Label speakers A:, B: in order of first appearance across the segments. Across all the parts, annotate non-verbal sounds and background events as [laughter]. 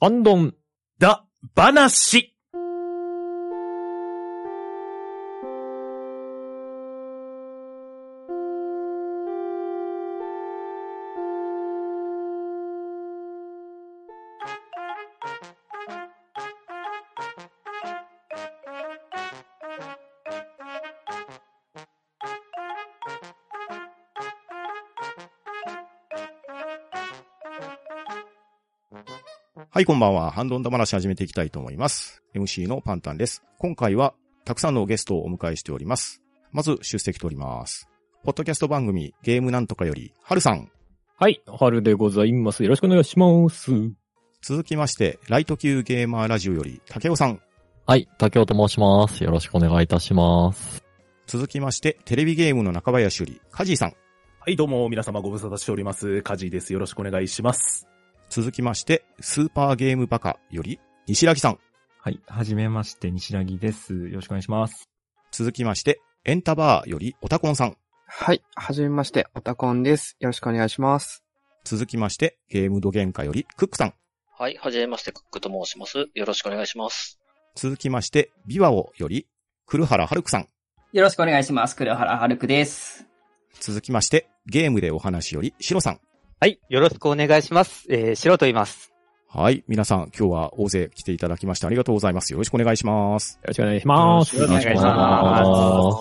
A: ハンドン。
B: だ、ばなし。
C: はい、こんばんは。ハンドンダ話始めていきたいと思います。MC のパンタンです。今回は、たくさんのゲストをお迎えしております。まず、出席とります。ポッドキャスト番組、ゲームなんとかより、はるさん。
A: はい、春でございます。よろしくお願いします。
C: 続きまして、ライト級ゲーマーラジオより、竹尾さん。
D: はい、竹尾と申します。よろしくお願いいたします。
C: 続きまして、テレビゲームの中林より、カジーさん。
B: はい、どうも、皆様ご無沙汰しております。カジーです。よろしくお願いします。
C: 続きまして、スーパーゲームバカより、西良木さん。
E: はい。はじめまして、西ラギです。よろしくお願いします。
C: 続きまして、エンタバーより、オタコンさん。
F: はい。はじめまして、オタコンです。よろしくお願いします。
C: 続きまして、ゲームドゲンカより、クックさん。
G: はい、はじめまして、クックと申します。よろしくお願いします。。
C: 続きまして、ビワオより、黒原春久さん。
H: よろしくお願いします。黒原はるくです。
C: 続きまして、ゲームでお話より、シロさん。
I: はい、よろしくお願いします。えー、白と言います。
C: はい。皆さん、今日は大勢来ていただきましてありがとうございます。よろしくお願いします。
A: よろしくお願いします。
D: よろしくお願いし
A: ま
D: ま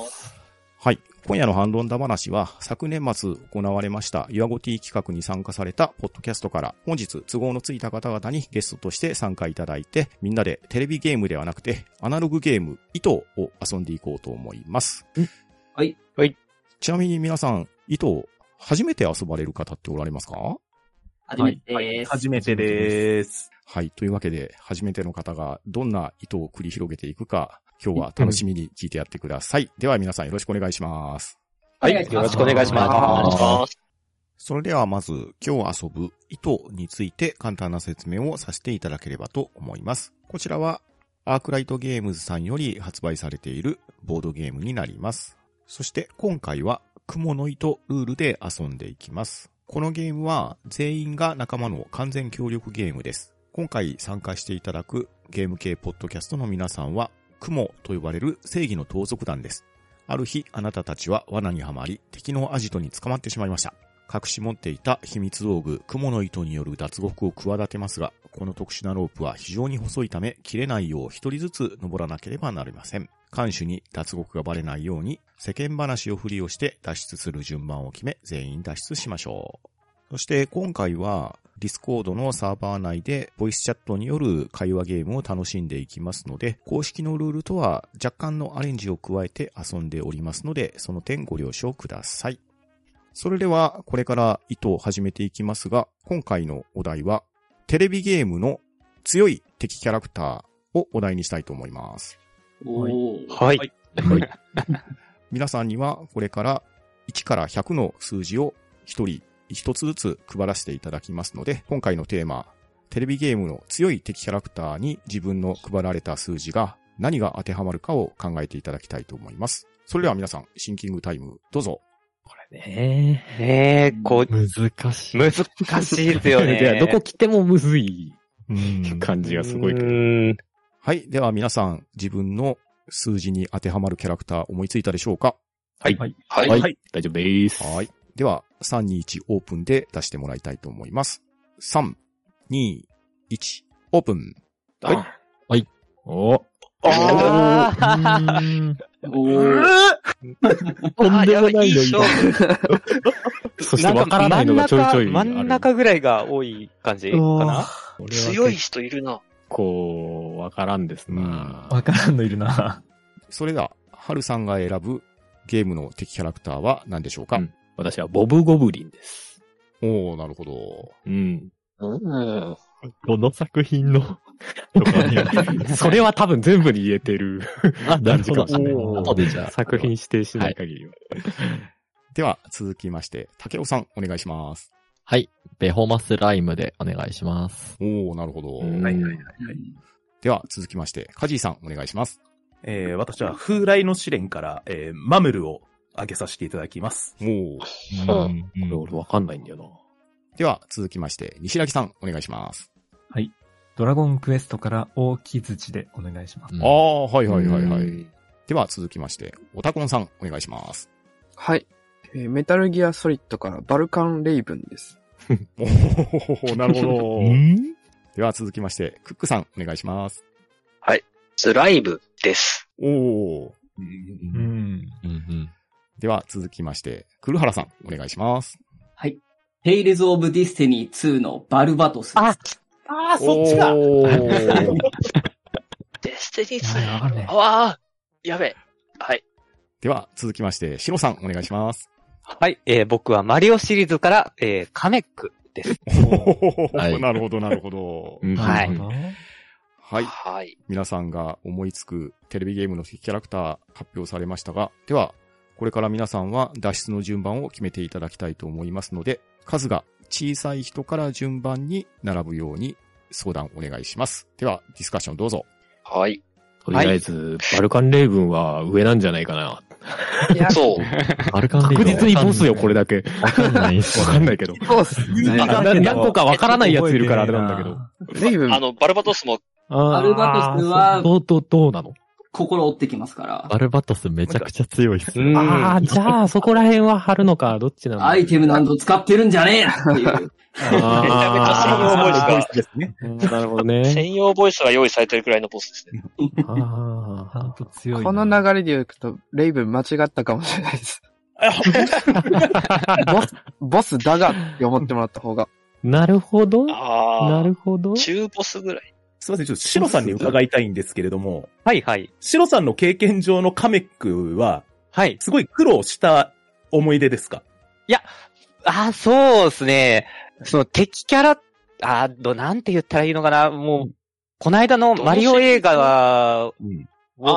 C: はい。今夜の反論だ話は、昨年末行われました、岩ご T 企画に参加されたポッドキャストから、本日都合のついた方々にゲストとして参加いただいて、みんなでテレビゲームではなくて、アナログゲーム、糸を遊んでいこうと思います。
H: はい。
C: ちなみに皆さん、糸を初めて遊ばれる方っておられますか
H: はじめて
B: はい
H: です。
B: 初めてです。
C: はい。というわけで、初めての方がどんな意図を繰り広げていくか、今日は楽しみに聞いてやってください。では皆さんよろしくお願いします。
I: はい、
H: お願いします
I: よろしくお願いし
D: お願
I: ま
D: いします
C: それではまず、今日遊ぶ意図について簡単な説明をさせていただければと思います。こちらは、アークライトゲームズさんより発売されているボードゲームになります。そして今回は、雲の糸ルールで遊んでいきます。このゲームは全員が仲間の完全協力ゲームです。今回参加していただくゲーム系ポッドキャストの皆さんは、雲と呼ばれる正義の盗賊団です。ある日、あなたたちは罠にはまり、敵のアジトに捕まってしまいました。隠し持っていた秘密道具、蜘蛛の糸による脱獄を企てますが、この特殊なロープは非常に細いため、切れないよう一人ずつ登らなければなりません。看守に脱獄がバレないように、世間話をふりをして脱出する順番を決め、全員脱出しましょう。そして今回は、ディスコードのサーバー内で、ボイスチャットによる会話ゲームを楽しんでいきますので、公式のルールとは若干のアレンジを加えて遊んでおりますので、その点ご了承ください。それでは、これから糸を始めていきますが、今回のお題は、テレビゲームの強い敵キャラクターをお題にしたいと思います。
H: おー
I: す。はい。
C: [laughs] 皆さんには、これから1から100の数字を1人1つずつ配らせていただきますので、今回のテーマ、テレビゲームの強い敵キャラクターに自分の配られた数字が何が当てはまるかを考えていただきたいと思います。それでは皆さん、シンキングタイム、どうぞ。
A: ね
I: えー、こう、
D: 難しい。
I: 難しいですよ
A: え。
I: ね。
A: いや、どこ来てもむずい
I: う
A: 感じ
I: ー
A: がすごいけど。
I: ん。
C: はい。では皆さん、自分の数字に当てはまるキャラクター思いついたでしょうか
A: はい。
E: はい
G: はい。
A: は
G: はいい。
A: 大丈夫です。
C: はい。では、3、2、1オープンで出してもらいたいと思います。3、2、1オープン。
G: はい
A: お
I: あー
G: [laughs]
H: おー
A: と
I: あ
A: んでもないの
I: ーやばいいい
A: 今
I: 勝負
A: そしてわからないのがちょいちょいある。
I: 真ん中真ん中ぐらいが多い感じかな
A: これは
G: 強い人いるな。
A: こう、わからんですな。
E: わからんのいるな。
C: [laughs] それでは、はるさんが選ぶゲームの敵キャラクターは何でしょうか、
A: うん私はボブゴブリンです。
C: おー、なるほど。
A: うん。
G: うん。
D: この作品の、とかに、
A: [laughs] それは多分全部に言え
I: [laughs]
A: てる
D: あ、な
A: 感
D: る
A: じ
D: ほ
A: か
D: ど
A: もしれない。
D: おー後でじゃあ
A: 作品指定しない限りは。
C: では、続きまして、竹尾さん、お願いします。
D: はい、ベホマスライムでお願いします。
C: おー、なるほど。
A: うん
B: はいはいはい
C: では、続きまして、カジーさん、お願いします。
B: えー、私は風来の試練から、えー、マムルを上げさせていただきます。
C: おー。
G: うん
A: これ俺わかんないんだよな。
C: では、続きまして、西良木さん、お願いします。
E: ドラゴンクエストから大木槌でお願いします。
C: ああ、はいはいはいは
F: う
C: い。
F: ん
C: では続きまして、オタコンさん、お願いします。
F: はい、えーメタルギアソリッドからバルカンレイブンです。
C: [laughs] おおなるほ
D: [laughs] うん
C: ど。では続きまして、クックさん、お願いします。
G: スライブです。
C: おお。
E: うん。
D: うん
C: では続きまして、クルハラさん、お願いします。
H: はい。テイルズ・オブ・ディスティニー2のバルバトスです。
I: あ
B: ああ、そっちか
C: おー
G: [laughs] デスティニー
E: や
G: 2。
E: ばいわかんね
G: あわーやべえ。はい。
C: では続きまして、シロさん、お願いします。
I: はい、えー僕はマリオシリーズから、えーカメックです。
C: お
D: は
C: ー
D: い
C: なるほど、なるほど。
A: うん
I: はい
E: なるほど
C: はい。
G: はい。
C: 皆さんが思いつくテレビゲームのキャラクター発表されましたが、では、これから皆さんは脱出の順番を決めていただきたいと思いますので、数が小さい人から順番に並ぶように相談お願いします。では、ディスカッションどうぞ。
G: はい。
A: とりあえず、バルカンレイブンは上なんじゃないかな。
F: い
A: [laughs]
F: や
G: そう。
D: アルカン
A: 確実にボスよ、これ
D: だ。
A: だけ。
D: わかんないっす
A: わかんないけど。
F: そうっす。
A: あな何個かわからないやついるからあれなんだけど。
F: レイブン、
G: あの、バルバトスも、
A: ア
H: ルバトスは
A: どう、どう、どうなの
H: 心折ってきますから
D: バ。ルバトスめちゃくちゃ強いっす。
I: うん
A: ああ、じゃあ、そこら辺は貼るのか、どっちなの
H: アイテムなんぞ使ってるんじゃねえよって
G: [laughs]
H: いう。
A: め
G: め
A: ち
G: ちゃめちゃ専用ボイスが、
B: ですね。
A: なるほどね。
G: 専用ボイスが用意されてるくらいのボスですね。
E: ちゃん
A: あ
E: と強い。
F: この流れで行くと、レイブン間違ったかもしれないです。ボス、ボスだがって思ってもらった方が。
A: ーなるほど。
G: ああ。
A: なるほど。
G: 中ボスぐらい。
B: すいません、ちょっとシロさんに伺いたいんですけれども、
I: はいはい。
B: シロさんの経験上のカメックは、
I: はい。
B: すごい苦労した思い出ですか
I: あ、そうですね。その敵キャラ、あ、ど、なんて言ったらいいのかな。もう、この間のマリオ映画を
B: うん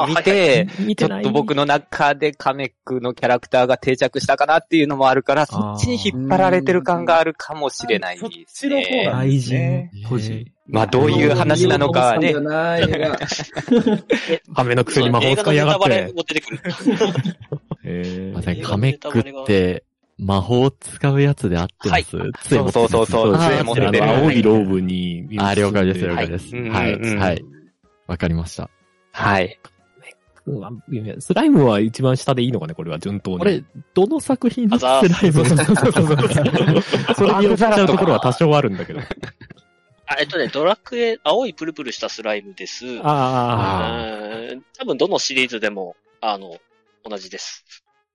I: 見て、ちょっと僕の中でカメックのキャラクターが定着したかなっていうのもあるから、そっちに引っ張られてる感があるかもしれない
B: そっ
I: です
B: ちの方
I: ね。
B: なん
E: 愛
B: です
E: 人
B: ね。、
E: 孤児。
I: まあ、どういう話なのかはね。
A: 雨のくせに魔法使いやが
G: 映画のネタ
A: っ
G: バレ
A: て。
G: も出てくる。
A: え
D: ませんカメックって、魔法使うやつで合ってます、杖持ってます
I: そうそうそうそう
D: あー
I: 杖持ってる
D: あ
A: の
D: の
A: 青いローブに、
D: あー、了解です、了
A: はい
D: 解です。
I: はい
D: は
I: うんうんうん
D: い、はい。わかりました。
I: はい。
A: スライムは一番下でいいのかね、これは順当に。
D: これ、どの作品の
G: あ
D: ス
G: ざ
D: ラ
G: ー
D: イム
A: そうそうそうそうそれによっちゃうところは多少あるんだけど。
G: あえっとね、ドラクエ、青いプルプルしたスライムです。
A: ああ。
G: うん多分どのシリーズでも、あの、同じです。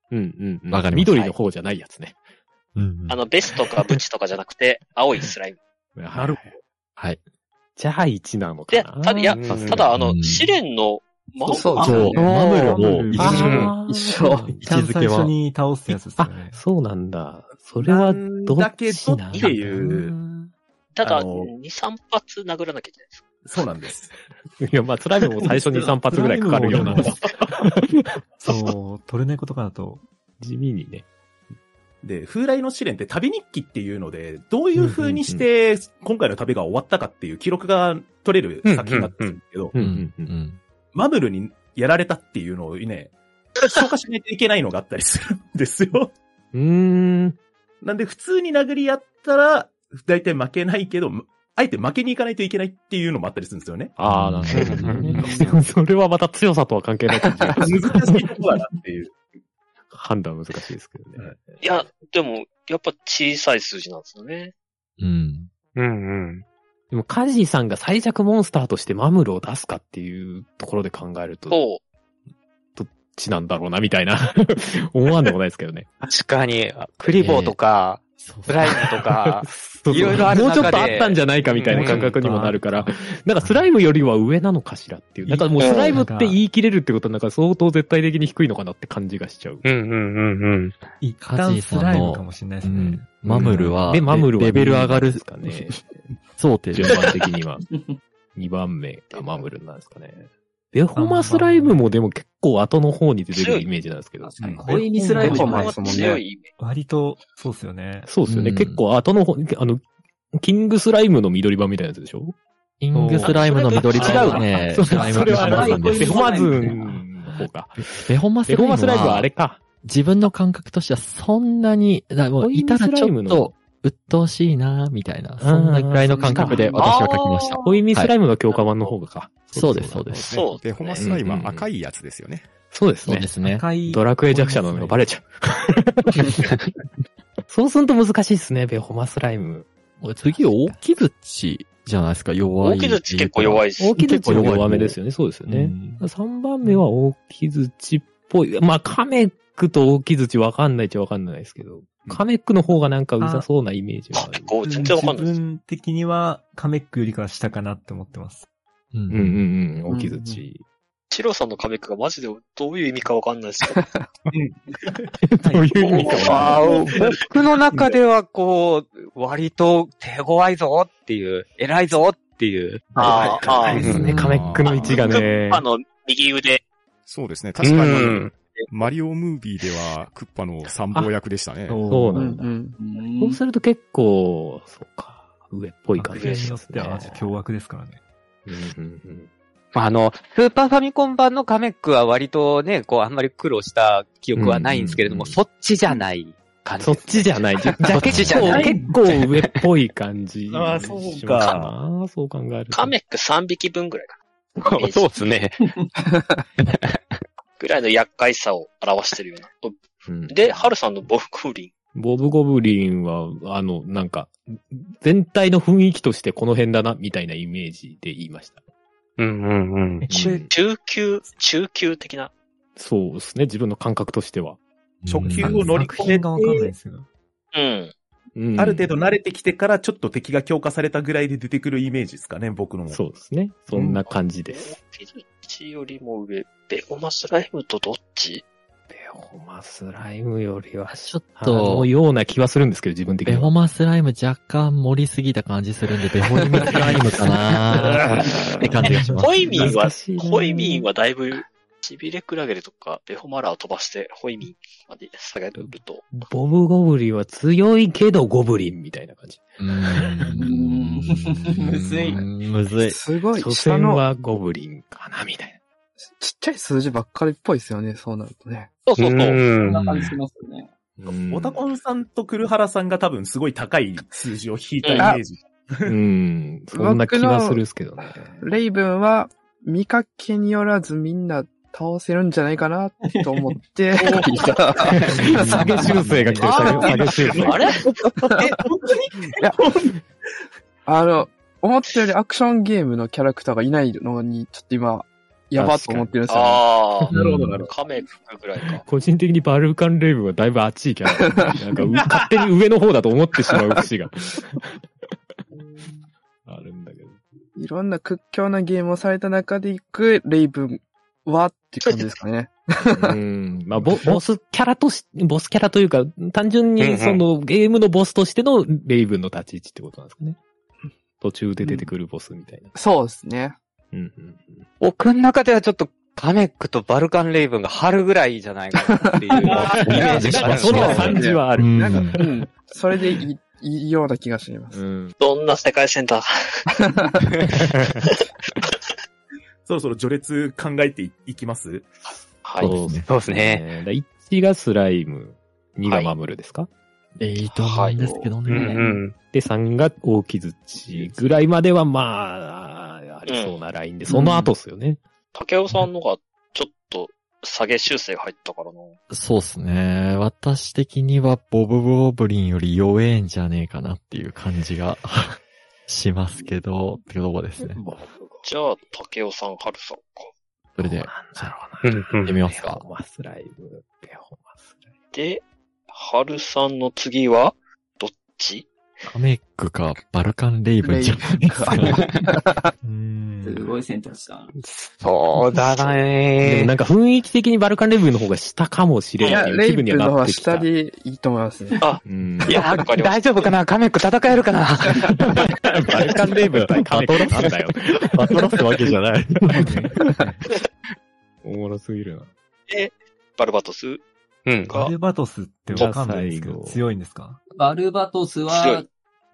A: [laughs] うんうんうん。
D: わかります
A: 緑の方じゃないやつね。
D: うん
G: あの、ベスとかブチとかじゃなくて、青いスライム。
A: なるほど。
D: はい。
A: じゃあ1なのか
G: で、
A: な。
G: ただ、いや、
I: うん
G: ただ、あの
D: う、ん
G: 試練の、魔法
F: そう
D: そう、
F: そう
D: マムロも一緒。
A: あー
F: 一緒
E: 一
D: 一致
E: 番最
D: 付け
E: 初
D: は。
E: に倒すやつですよね。
A: そうなんだ。それはど
B: だ
A: っ
B: け
A: ち
B: ど
A: な
B: っ
A: んだ
B: ていう、
G: ただ、
B: あの
G: 2、3発殴らなきゃいけないです。
B: そうなんです。
A: いや、まあ、スライムも最初に3発ぐらいかかるような。
E: そう、トルネコとかだと、
A: 地味にね。
B: で、風来の試練って旅日記っていうので、どういう風にして、今回の旅が終わったかっていう記録が取れる作品だったんですけど、
D: うんうん。
B: マブルにやられたっていうのをね、消化しないといけないのがあったりするんですよ。
A: うーん。
B: なんで普通に殴り合ったら、大体負けないけど、あえて負けに行かないといけないっていうのもあったりするんですよね。
A: ああ、なるほどね。 [laughs] それはまた強さとは関係ない感じ。
B: 難しいところだなっていう。
A: [laughs] 判断難しいですけどね。
G: いや、でも、やっぱ小さい数字なんですよね。
D: うん。
I: うんうん。
A: でも、カジさんが最弱モンスターとしてマムルを出すかっていうところで考えると、どっ
G: そ
A: ちなんだろうな、みたいな。 [laughs] 思わんでもないですけどね。
I: 確かに、クリボーとか、スライムとか、
A: そうそう
I: いろいろある中で
A: もうちょっとあったんじゃないかみたいな感覚にもなるから、なんかスライムよりは上なのかしらっていう。なんかもうスライムって言い切れるってことはなんか相当絶対的に低いのかなって感じがしちゃう。
I: うんうんうんうん。
E: 一旦スライムかもしれないで
D: う
E: すね
D: ん。マムルは、
A: で、マムルは
D: レベル上がる
A: ですか [laughs] ね。
D: 想定
A: 順番的 [laughs] には。2番目がマムルなんですかね。ベホマスライムもでも結構後の方に出てくるイメージなんですけど。
B: に
H: これにスライム
G: う。
H: じ
G: こ
H: ゃ
G: れ
H: ない
G: は
H: ですもん
G: 強
H: ね。
G: いイメ
E: 割と、そうですよね。
A: そうですよね。
D: うん
A: 結構後の方、あの、キングスライムの緑版みたいなやつでしょ
D: キングスライムの緑版はね、
A: そうそうそれは
D: ベホマさ
A: あれ
D: んで
A: ですすベホマズンの方か。
D: ベホマス
A: ベ
D: ライム
A: ホ
D: は
A: マスライムはあれか。
D: 自分の感覚としてはそんなに、だもういたらち
A: ホイールスライ
D: ょ
A: ム
D: っ
A: の
D: と鬱陶しいなみたいな、そんなぐらいの感覚で私は書きました。
A: ホイミスライムが強化版の方がか。
D: そうです、そうです。
G: そう
C: で、ホマスライムは赤いやつですよね。
A: そうです
D: そう
A: ね
D: で。すね。
A: ドラクエ弱者なのがバレ
D: [laughs]
A: ちゃう。そうすると難しいですね、ベホマスライム。
D: 次、大木槌じゃないですか、弱い。
G: 大木槌結構弱いです。
A: 大木槌も弱めですよね、そうですよね。3番目は大木槌っぽい。まあ、カメックと大木槌わかんないっちゃわかんないですけど、カメックの方がなんかうざそうなイメージはある。
G: こう全然わかんないで
E: 自
G: す。
E: 分的には、カメックよりかは下かなって思ってます。
D: う
A: うん
D: う
A: ん
D: ん。
A: うんうん、大木槌。
G: チロさんのカメックがマジでどういう意味かわかんない
A: [laughs]
G: ですけど。
A: どういう意味か
I: ま
A: は。
I: あ僕の中ではこう、割と手強いぞっていう、偉いぞっていう。
G: あーあー
A: ですね、カメックの位置がね。
G: あの、右腕。
C: そうですね。確かに、
G: うん
C: マリオムービーではクッパの参謀役でしたね。
A: そう
F: う
A: なんんだ
F: う。ん。
A: そうすると結構、そうか、上っぽい感
E: 学
A: じで
E: 園に
A: す
E: よ
A: ね
E: っ。ては凶悪ですからね。
A: うんうんうん
I: あの、スーパーファミコン版のカメックは割とね、こう、あんまり苦労した記憶はないんですけれども、
A: うんうん
I: そっちじゃない感じ
A: そ
I: で
A: っ
I: す。
A: ちじ
I: [laughs]
A: ゃない。じゃじゃあ
I: そっち
A: 結
I: じゃ
A: 構
I: ない、
A: 結構上っぽい感じ。
B: あーそうか
A: な。そう考えると。
G: カメック3匹分ぐらいかな。
I: そうですね。
G: ぐらいの厄介さを表してるような。
A: うん
G: で、ハルさんのボブコーリン。
A: ボブゴブリンは、あの、なんか、全体の雰囲気としてこの辺だな、みたいなイメージで言いました。
I: うんうんうん。
A: う
G: 中
A: ん、
G: 中級、中級的な。
A: そうですね、自分の感覚としては。
B: 初級を乗り
E: 作
B: 込め
E: 品がわかんない
B: て、
E: ですよ。
G: うん。
A: うん
B: ある程度慣れてきてからちょっと敵が強化されたぐらいで出てくるイメージですかね、僕のも。
A: そうですね。そんな感じです。
G: ピルチよりも上、ベゴマスライムとどっち
A: ベホマスライムよりは、
D: ちょっ
A: あの
D: と、
A: ような気はするんですけど、自分的に
D: ベ
A: は。
D: ホマスライム若干盛りすぎた感じするんで、ベホイミスライムかな [laughs] って感じがします。
G: ホイミンは
A: 懐かしい、な
G: ホイミンはだいぶ、しびれクラゲルとか、ベホマラーを飛ばして、ホイミンまで下げると、
A: ボブゴブリンは強いけどゴブリンみたいな感じ。 [laughs]
D: うーん
H: むずい
D: むずい。
F: すごい、
A: 所
F: 下
A: 詮
F: の
A: はゴブリンかな、みたい
F: ちっちゃい数字ばっかりっぽいですよね、そうなるとね。
G: そうそうそう。
H: そん
D: ん
H: な感じしますよね。
A: な。
B: オタコンさんとクルハラさんが多分すごい高い数字を引いたイメージ。
A: うん。そんな気がするんですけどね。
F: レイブンは、見かけによらずみんな倒せるんじゃないかなと思っ
A: [laughs]
F: て、
A: 下げ修正が来てる、下げ下げ修正。
G: あれ
F: あの、思ったよりアクションゲームのキャラクターがいないのに、ちょっと今、やばっと思ってるんですよ、ね。
G: あ
D: なるほどな
G: あ、カメックぐらいか。
A: 個人的にバルカンレイブはだいぶ熱いキャラだね。なんかう、勝手に上の方だと思ってしまう節が。あるんだけど。
F: いろんな屈強なゲームをされた中で行くレイブンはっていう感じですかね。
A: うん。まあ、ボボスキャラとし、ボスキャラというか、単純
I: うんう
A: に
I: ん
A: そのゲームのボスとしてのレイブンの立ち位置ってことなんですかね。途中で出てくるボスみたいな。
F: そうですね。
A: うんうんうん
I: 僕の中ではちょっと、カメックとバルカンレイブンが春ぐらいじゃないかなっていう [laughs] イメージがあるんです
A: そ
I: けど
A: の感じはある。
D: うん
F: うん。それでいい、いいような気がします。
A: うん。
G: どんな世界線だ。
B: [laughs] そろそろ序列考えていいきます
G: はい。
A: そうですね
I: そうですね。
A: えー、1がスライム、2がマムルですか、
D: えいいと思うんですけど
I: うん
D: ね。
A: で、3が大木槌ぐらいまでは、まあ、ありそうなラインで、その後っすよね。
G: 竹尾さんのが、ちょっと、下げ修正が入ったからな。
D: そうっすね。私的にはボブボブリンより弱えんじゃねえかなっていう感じがしますけど、ってとこですね。
G: じゃあ、竹尾さん、春さんか。
D: それで、
A: なんだろう
I: うん
A: な。
D: や
I: うん
D: ってみますか
A: ベ。ホマスライム、ベホマスライ
G: で、春さんの次は、どっち
D: カメックかバルカンレイブンじゃないですか。
H: [laughs]
E: うん
H: すごい選択したな。
I: そうだ
A: ム。でも
I: ね
A: なんか雰囲気的にバルカンレビューの方が下かもしれ
F: い
A: な
F: や、
A: いって
F: レイ
A: いう気分に
F: ブンの
A: は
F: 方
A: なっ
F: は
A: てきた。
F: 下でいいと思いますね。
A: うん。
G: いや、わかりまし
I: 大丈夫かなカメック戦えるかな
A: バルカンレイブン対カメックなんだよ。
D: バトラスわけじゃない。
A: [laughs] おもろすぎるな。
G: バルバトス。
I: うん。
E: アルバトスってわかんないですけど、強いんですか
H: バルバトス
G: 強、
H: は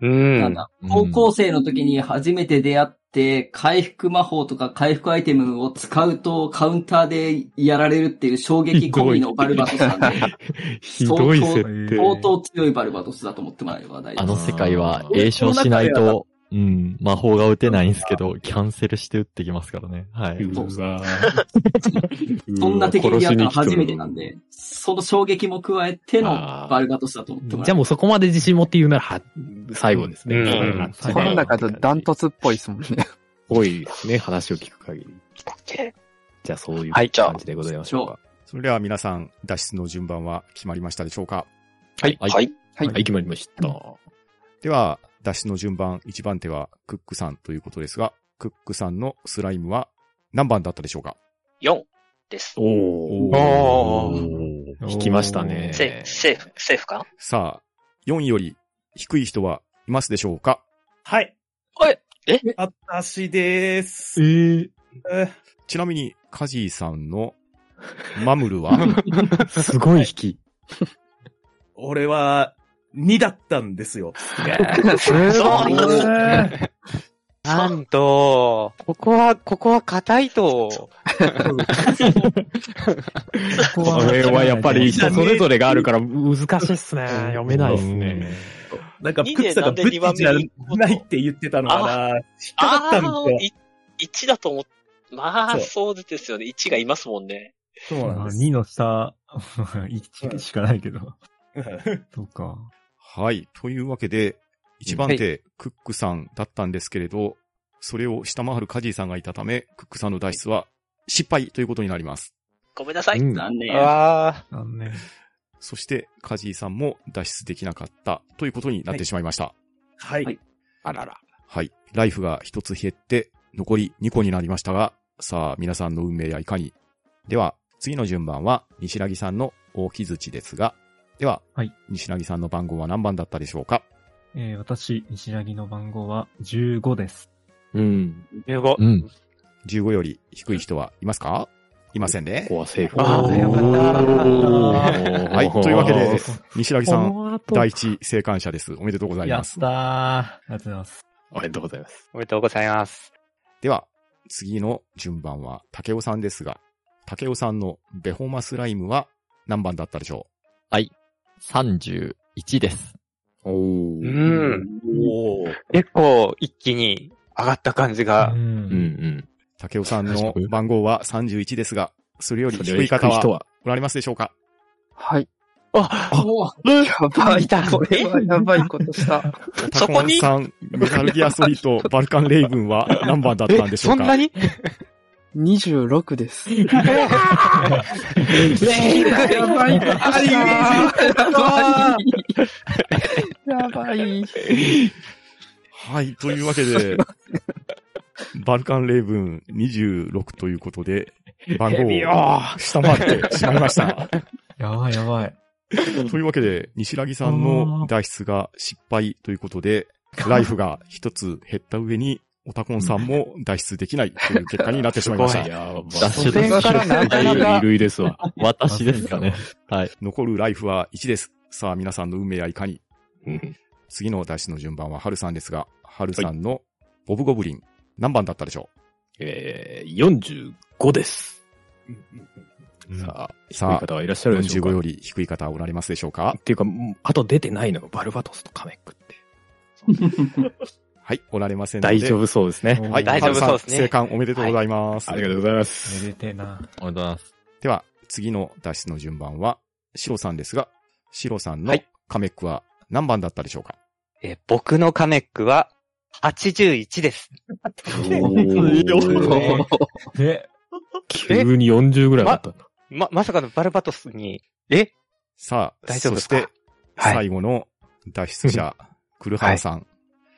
H: い
I: う
H: なん
I: ん。
H: だ、高校生の時に初めて出会っして、回復魔法とか回復アイテムを使うとカウンターでやられるっていう衝撃込みのバルバトスなんで、
A: [laughs] ひどい設定。
H: 相当強いバルバトスだと思ってもらえれば大丈
D: あ
H: 夫
D: の世界は栄唱しないと、うん、魔法が打てないんですけど、キャンセルして打ってきますからね。はい。
A: うわ
H: そんな敵に
A: に
H: や
A: やった
H: っ
A: た
H: の初めてなんで、その衝撃も加えてのバルバトスだと思っても
A: じゃ
H: ら
A: あ
H: え
A: もうそこまで自信持って言うなら、は最後ですね。
I: うん
A: うん
F: この中だとダントツっぽいですもんね。
A: 多いですね、話を聞く限り。
G: OK
A: じゃあそういう
G: はいじゃあ
A: 感じでございましょうか。
C: それでは皆さん、脱出の順番は決まりましたでしょうか
A: はい。
G: は。い。
A: はい、決まりました。
C: では、脱出の順番、1番手はクックさんということですが、クックさんのスライムは何番だったでしょうか
G: 4です。
A: お
I: お
E: ー
A: 引きましたね。
G: セセーフ、セーフか
C: さあ、4位より低い人はいますでしょうか
B: はい。
G: はい。え
B: あたしでーす。
A: え
B: え
C: ちなみに、カジーさんのマムル
G: [laughs]
C: は
A: ー、すごい引き。
B: 俺は、2だったんですよ。
A: そ
G: そう
A: は
B: [laughs]
A: ね
I: なんと、ここは、ここは硬いと。
E: こ
A: これはやっぱり人
B: 人
A: そ
B: そ
A: れ
B: れ
A: ぞ
B: ぞ
A: れがあるから難しいっすね。読めないっすね。
B: なんか、クックさんがブッチじゃないって言ってたのかな。引っかかったん
G: あ
B: で
G: ー、1だと思っまあ、
B: そう
G: そうですよね。1がいますもんね。
B: すよ。そうなんです
E: 2の下、1しかないけど。
B: うん。
E: そうか。
C: はい。というわけで、1番手、クックさんだったんですけれど、それを下回るカジーさんがいたため、クックさんの脱出は失敗ということになります。
G: ごめんなさい。
A: うん
H: 残念。
I: あ
E: 残念。
C: そして、カジーさんも脱出できなかったということになってしまいました。はい。
B: はい。
H: はい
A: あらら。
C: ライフが1つ減って、残り2個になりましたが、さあ、皆さんの運命やいかに。では、次の順番は、西らぎさんの大木槌ですが、では、
E: はい
C: 西らぎさんの番号は何番だったでしょうか
E: えー、私、西ラギの番号は15です。
A: うん。
I: 15。
D: うん。
C: 15より低い人はいますかいませんね
A: こ。こはセーフ。
I: あーよかった
A: おー
C: はい。というわけで、西らぎさん、
A: この後
C: 第一生還者です。おめでとうござい
E: や
C: ま
E: っ
C: す。
E: たー。ありがとうございます。
A: おめでとうございます。
I: おめでとうございます。
C: では、次の順番は、竹尾さんですが、竹尾さんのベホマスライムは何番だったでしょ
D: はい。31です。
A: おお。
I: う
A: うん
I: ん。結構、一気に上がった感じが
E: う。。
A: うんん。
C: う竹尾さんの番号は31ですが、それより
A: それ
C: 低
A: よ
C: い
A: り低
C: 方
A: い人
C: は
A: は。
C: おられますでしょうか
F: はい。
I: あ、
H: おー
F: やば
I: あい
F: い。
I: た
F: これはやばいことした。
C: タコンさん、メタルギアソリッド、バルカンレイブンは何番だったんで
I: え、
C: しょ
I: そう
C: か
I: んなに
F: 26です。
I: やばい。
F: やばい。
C: はい、というわけ
D: [laughs]
C: で、バルカンレイブン26ということで、番号を下回ってしまいました。
E: やばいやばい。
C: [laughs] というわけで、西ラギさんの脱出が失敗ということ
I: [laughs]
C: で、ライフが一つ減った上に、オタコンさんも脱出できないという結果になってしまい
I: [laughs]
C: ました。
A: やばい。
D: ダッシュです
I: からなかなか
A: 衣類ですわ。
D: 私ですかね。はい。
C: 残るライフは1です。さあ皆さんの運命やいかに。
A: うん
C: 次の脱出の順番はハルさんですが、ハルさんのボブゴブリン、何番だったでしょ
A: えー、45です。さあ、低い
C: さあ
A: 方はいらっし
C: う
A: ゃるでしょうか
C: ?45 より低い方おられますでしょうか
A: っていうか、もうあと出てないのがバルバトスとカメックって。
C: はい、おられませんので。
A: 大丈夫そうですね。
C: はい、
I: 大丈夫
C: ハル
I: そう
C: さん
I: ですね
C: 生還おめでとうございます。
A: ありがとうございま
E: め
A: す。
E: でてえな。
D: おめでとうございます。
C: では、次の脱出の順番は、シロさんですが、シロさんの
I: はい
C: カメックは何番だったでしょうか、
I: えー僕のカメックは、81です。 [laughs]
A: おー
E: で、
A: 急に40ぐらいだったな。
I: ま、まさかのバルバトスに、え
C: さあ、
I: 大丈
C: そ
I: 夫で
C: し
I: すか
C: て、最後の脱出
I: [laughs]
C: 者、クルハラさん。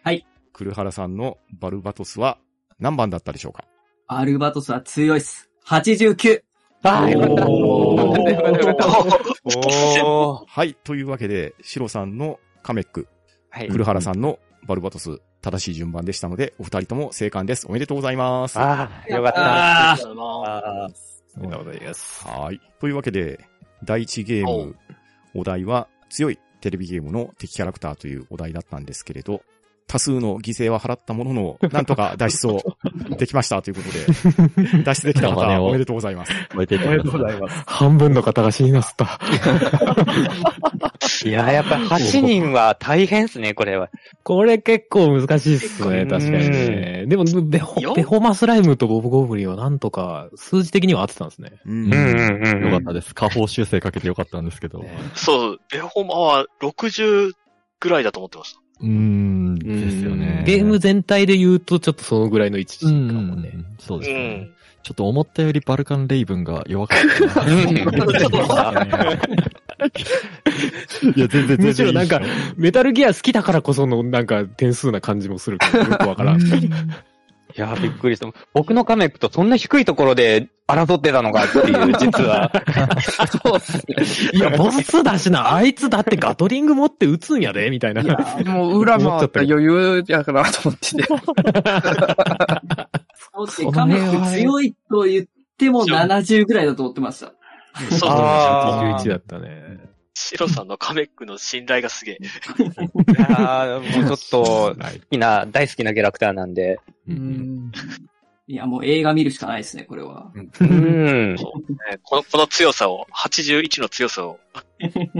H: はい。
C: クルハラさんのバルバトスは何番だったでしょうか
H: アルバトスは強いっす。89!
I: ああ、よかった。
A: おー
I: おー。
C: [laughs] はい、というわけで、シロさんのカメック、
I: はい。
C: クルハラさんのバルバトス、正しい順番でしたので、お二人とも生還です。おめでとうございます。は
I: ああ、よかった。
H: あー
I: あー
A: そんなことないです。
C: い。というわけで、第一ゲーム、お題は強いテレビゲームの敵キャラクターというお題だったんですけれど、多数の犠牲は払ったもの [laughs] の、なんとか脱出をできましたということで、 [laughs] 脱出できた
D: 生根
C: 方、
D: を
C: おめでとうございます。
D: 置いていってください。
B: います。
A: 半分の方が死になすった。
I: いやー、やっぱり8人は大変ですね、これは。
A: これ結構難しいっすね、確かにね。でも、ベホ、ベホマスライムとボブゴブリンはなんとか、数字的には合ってたんですね。
C: う
I: うんんうんうん。
D: よかったです。下方修正かけてよかったんですけど。
A: ね
G: そう、ベホマは60ぐらいだと思ってました。
D: うーん、ですよね。
A: ゲーム全体で言うと、ちょっとそのぐらいの位置
D: う
A: か
D: んう
A: もね。
D: ん、そう
G: う
D: ですね。
G: ん。
D: ちょっと思ったよりバルカンレイブンが弱かったな。い
A: [laughs]
D: や、全然、
A: むしろなんか
D: 全然いいですよ、
A: メタルギア好きだからこそのなんか点数な感じもするから、よくわからん。
I: いやー、びっくりした。僕のカメックとそんな低いところで争ってたのかっていう、実
A: [laughs]
I: は。
H: そうっすね。
A: いや、ボスだしな、あいつだってガトリング持って撃つんやで、みたいな。
F: もう裏回った余裕やからと思ってて。
H: そうですね。カメック強いと言っても70ぐらいだと思ってました。
G: そう
I: あー
A: 81だったね。
G: シロさんのカメックの信頼がすげえ。
I: いやーもうちょっと、 [laughs] 好きな、大好きなキャラクターなんで。
A: うんうん
H: いや、もう映画見るしかないですね、これは。
I: うん。
G: ねこの、この強さを、81の強さを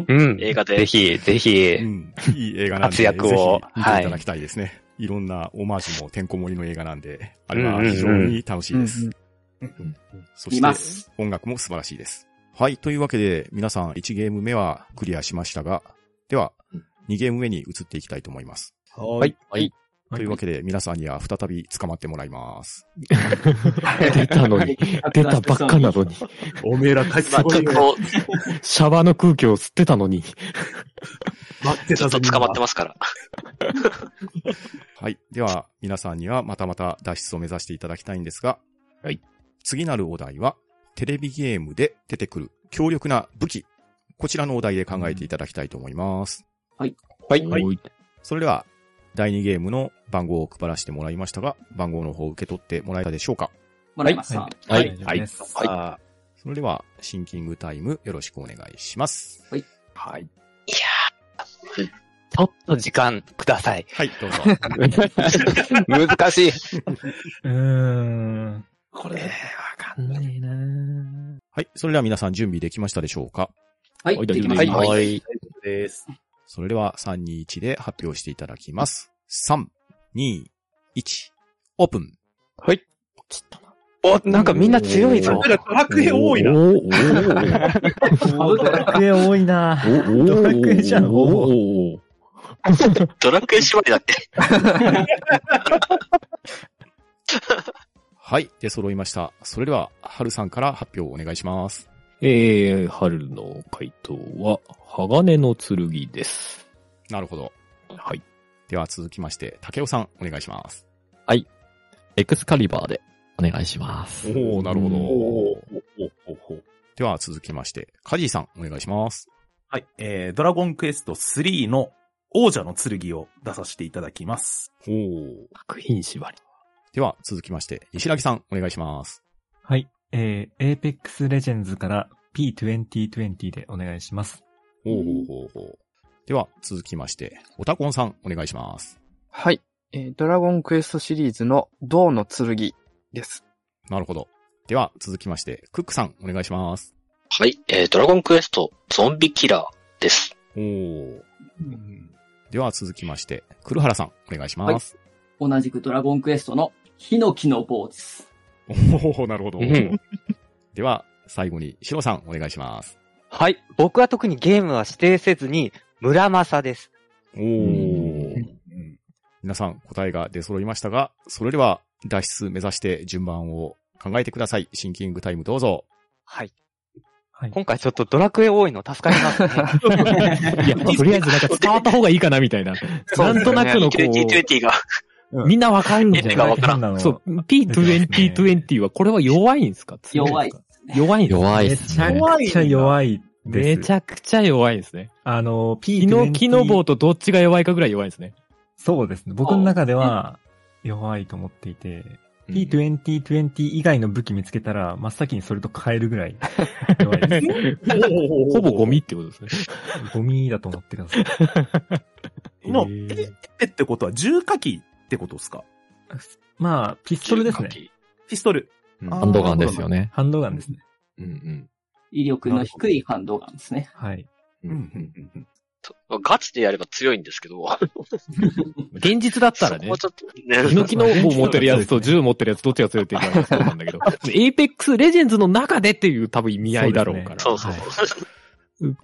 I: うん。
G: 映画
I: ぜ
G: で。
I: ひ、ぜひ
C: う。んいい映画なんで、
I: 活
C: ぜ
I: 躍
C: ひ
I: を
C: 見ていただきたいですね。いろんなオマージュもてんこ盛りの映画なんで、あれは非常に楽しいです。そ
H: 見
C: し
H: ま
C: て、
H: す。
C: 音楽も素晴らしいです。はい。というわけで、皆さん1ゲーム目はクリアしましたが、では、2ゲーム目に移っていきたいと思います。
B: は。
D: はい。
C: というわけで、皆さんには再び捕まってもらいます。
A: 出たの
G: [laughs]
A: に、出たばっかなのに、
B: おめえら帰って
G: まあ、ちょっと、
A: シャワーの空気を吸ってたのに。
B: 待って
G: ずっと捕まってますから。
C: はい。では、皆さんにはまたまた脱出を目指していただきたいんですが、
A: はい。
C: 次なるお題は、テレビゲームで出てくる強力な武器。こちらのお題で考えていただきたいと思います。
A: はい。
C: それでは、第2ゲームの番号を配らせてもらいましたが、番号の方を受け取ってもらえたでしょうか
H: もらいました。
D: はい。
E: 大丈夫です
C: はい。それでは、シンキングタイムよろしくお願いします。
A: はい。
I: ちょっと時
C: [laughs]
I: [laughs] 間ください。
C: はい、どうぞ。
I: [laughs] 難しい。。
E: うーん。
A: これ、わかんないな
C: はい、それでは皆さん準備できましたでしょうか
H: はい。
A: はい
H: できま
A: は
H: し
A: い
H: た。
A: はい
B: です。
C: それでは、3、2、1で発表していただきます。3、2、1、オープン。
I: お、なんかみんな強いぞ。
B: ドラクエ多いな。
A: おおー
E: おドラクエ多いな
A: おーおー
E: ドラクエじゃん
A: おーおー
G: ドラクエ姉妹だっけ
C: [laughs] はい、出揃いました。それでは、はるさんから発表をお願いします。
A: えー、春の回答は、鋼の剣です。
C: なるほど。
A: はい。
C: では続きまして、竹尾さん、お願いします。
D: エクスカリバーでお願いします。
C: おー、なるほど。
B: おお
C: では続きまして、カジーさん、お願いします。
B: [laughs] はい。えー、ドラゴンクエスト3の王者の剣を出させていただきます。
C: おー。
A: 作品縛り。
C: では続きまして、西木さん、お願いします。
E: はい。えー、Apex Legends から P2020 でお願いします。
C: おーほーほーほーでは続きまして、オタコンさん、お願いします。
F: はい。えードラゴンクエストシリーズの銅の剣です。
C: なるほど。では続きまして、クックさん、お願いします。
G: はい。えー、ドラゴンクエスト、ゾンビキラーです。
C: おー。では続きまして、黒原さん、お願いします。
H: 同じくドラゴンクエストのヒノキの棒です。
C: おー、なるほど
I: うん
C: では、最後に、シロさん、お願いします。
I: はい。僕は特にゲームは指定せずに、村正です。
C: おお。皆さん答えが出揃いましたが、それでは脱出目指して順番を考えてください。シンキングタイムどうぞ。
I: はい。
E: はい
I: 今回ちょっとドラクエ多いの助かりますね。
A: いや、とりあえずなんか伝わった方がいいかな、みたいな。なんとなくのこう、
G: 2020が、
A: みんなわかるんじゃ
G: 意味が
A: な
G: わ
A: い
G: からん
E: ん
A: そう、P2020 は、これは弱いんですか
H: 弱い。。
A: 弱いんですか
D: 弱いっ
E: め
D: す
E: ちゃ
D: ね。
E: くちゃ弱いです。
A: めちゃくちゃ弱いんですね。
E: あの、P20。
A: 木の木の棒とどっちが弱いかぐらい弱いんですね。
E: そうですね。僕の中では弱いと思っていて、P2020 以外の武器見つけたら、真っ先にそれと変えるぐらい弱いです。
A: ほぼゴミってことですね。
E: ゴミだと思ってくださ
B: [laughs]
E: い。
B: の、
D: へ
B: え
D: ー
B: ー、えってことは重火器ってことですか
E: まあ、ピストルですね。
B: ピストル。
A: うん
B: あ
D: ハンドガンですよね。
E: ハンドガンですね。
A: うんうん。
H: 威力の低いハンドガンですね。
C: [laughs]
E: はい。
A: うん
B: う
A: うんん
B: うんうんうん
G: ガチでやれば強いんですけど。
A: 現実だったら
G: そ
A: ね
G: こは、ちょっと
A: ヒノ
G: ね。
A: キの棒持ってるやつと銃持ってるやつどっちが強いって言ったらそうなんだけ
E: [laughs]
A: ど、エイペックスレジェンズの中でっていう多分意味合いだろうから。
G: そうそうそう。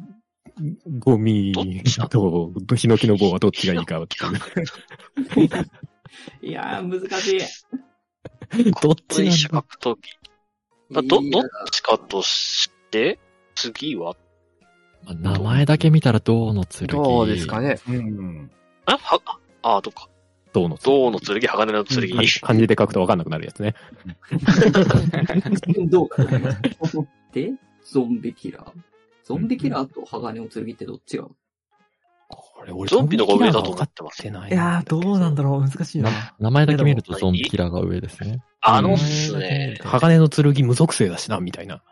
A: ゴミとヒノキの棒はどっちがいいかっていう。
H: いやー、難しい。
A: ど
G: こ
A: っち
G: れ
A: なん
G: 一緒
A: だ
G: 格闘技。まあど、
H: い
G: ど
H: や
G: っちかとして、次は、
D: まあ名前だけ見たら銅の剣。
F: どうですかね。
B: うん。
G: あ、は、あ、どっか。
A: 銅の
G: 銅の剣、鋼の剣。
A: は漢字で書くと分かんなくなるやつね。
H: どうかな。
E: [laughs]
H: で、ゾンビキラー。ゾンビキラーと鋼の剣ってどっちが
A: これ俺
G: ゾンビの方が上だと
A: 分
G: 思
A: かっ
G: ってます。
A: てない
E: いやー、どうなんだ
A: ろ
E: ろう。難しいな。
D: 名前だけ見るとゾンビキラーが上ですね。
G: あのっすね。
A: う。鋼の剣無属性だしな、みたいな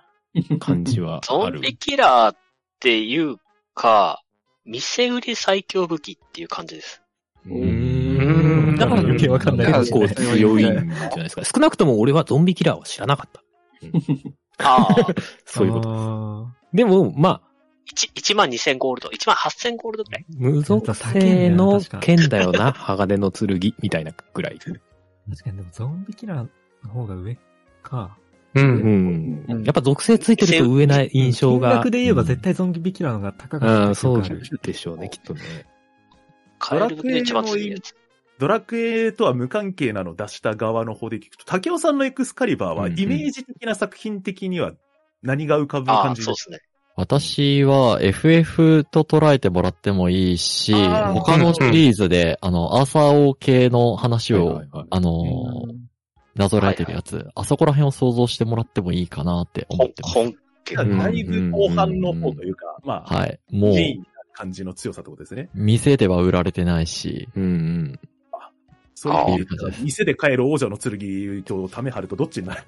A: 感じは
G: ゾ
A: あ
G: ン
A: る。
G: ビキラーっていうか、見せ売り最強武器っていう感じです。
A: う
D: ー
A: ん
E: だから余計わかんない
F: かも
A: 結
F: しれな
A: 構
F: い
A: 強いんじゃないですか。少なくとも俺はゾンビキラーは知らなかった。
G: ああ、
A: そういうこと。
E: と
A: でも、まあ、
G: 1万2000ゴールド、1万8000ゴールドくらい。
A: 無属性の剣だよな、鋼の剣みたいなぐらい。
E: 確かに、でもゾンビキラーの方が上か。
A: うんうん。やっぱ属性ついてると上な印象が。
E: 金額で言えば絶対ゾンビキラーの方が高かった
A: うん、そう
E: 記憶ある
A: でしょうね、きっとね。
G: 買える武器で一番強いやつ。
B: ドラクエとは無関係なの出した側の方で聞くと、竹尾さんのエクスカリバーは、
A: うんうん
B: イメージ的な作品的には何が浮かぶ
G: ああ
B: 感
G: ー、
B: じ
G: そう
B: で
G: ですね。
D: 私は FF と捉えてもらってもいいし、
B: あー
D: 他のシリーズで、あの、アーサー王系の話を、
A: はいはいはい
D: あのーなぞらえてるやつ、あそこら辺を想像してもらってもいいかなって思っ
G: 本
D: てます。
G: 本家が。
B: だいぶ後半の方というか、まあ、
D: はい。もう
B: メ、インな感じの強さってことですね。
D: 店では売られてないし、
A: うんうん。
B: そういう意味で
D: あ
B: 言
D: あ
B: ったら店で買える王者の剣とため張るとどっちになる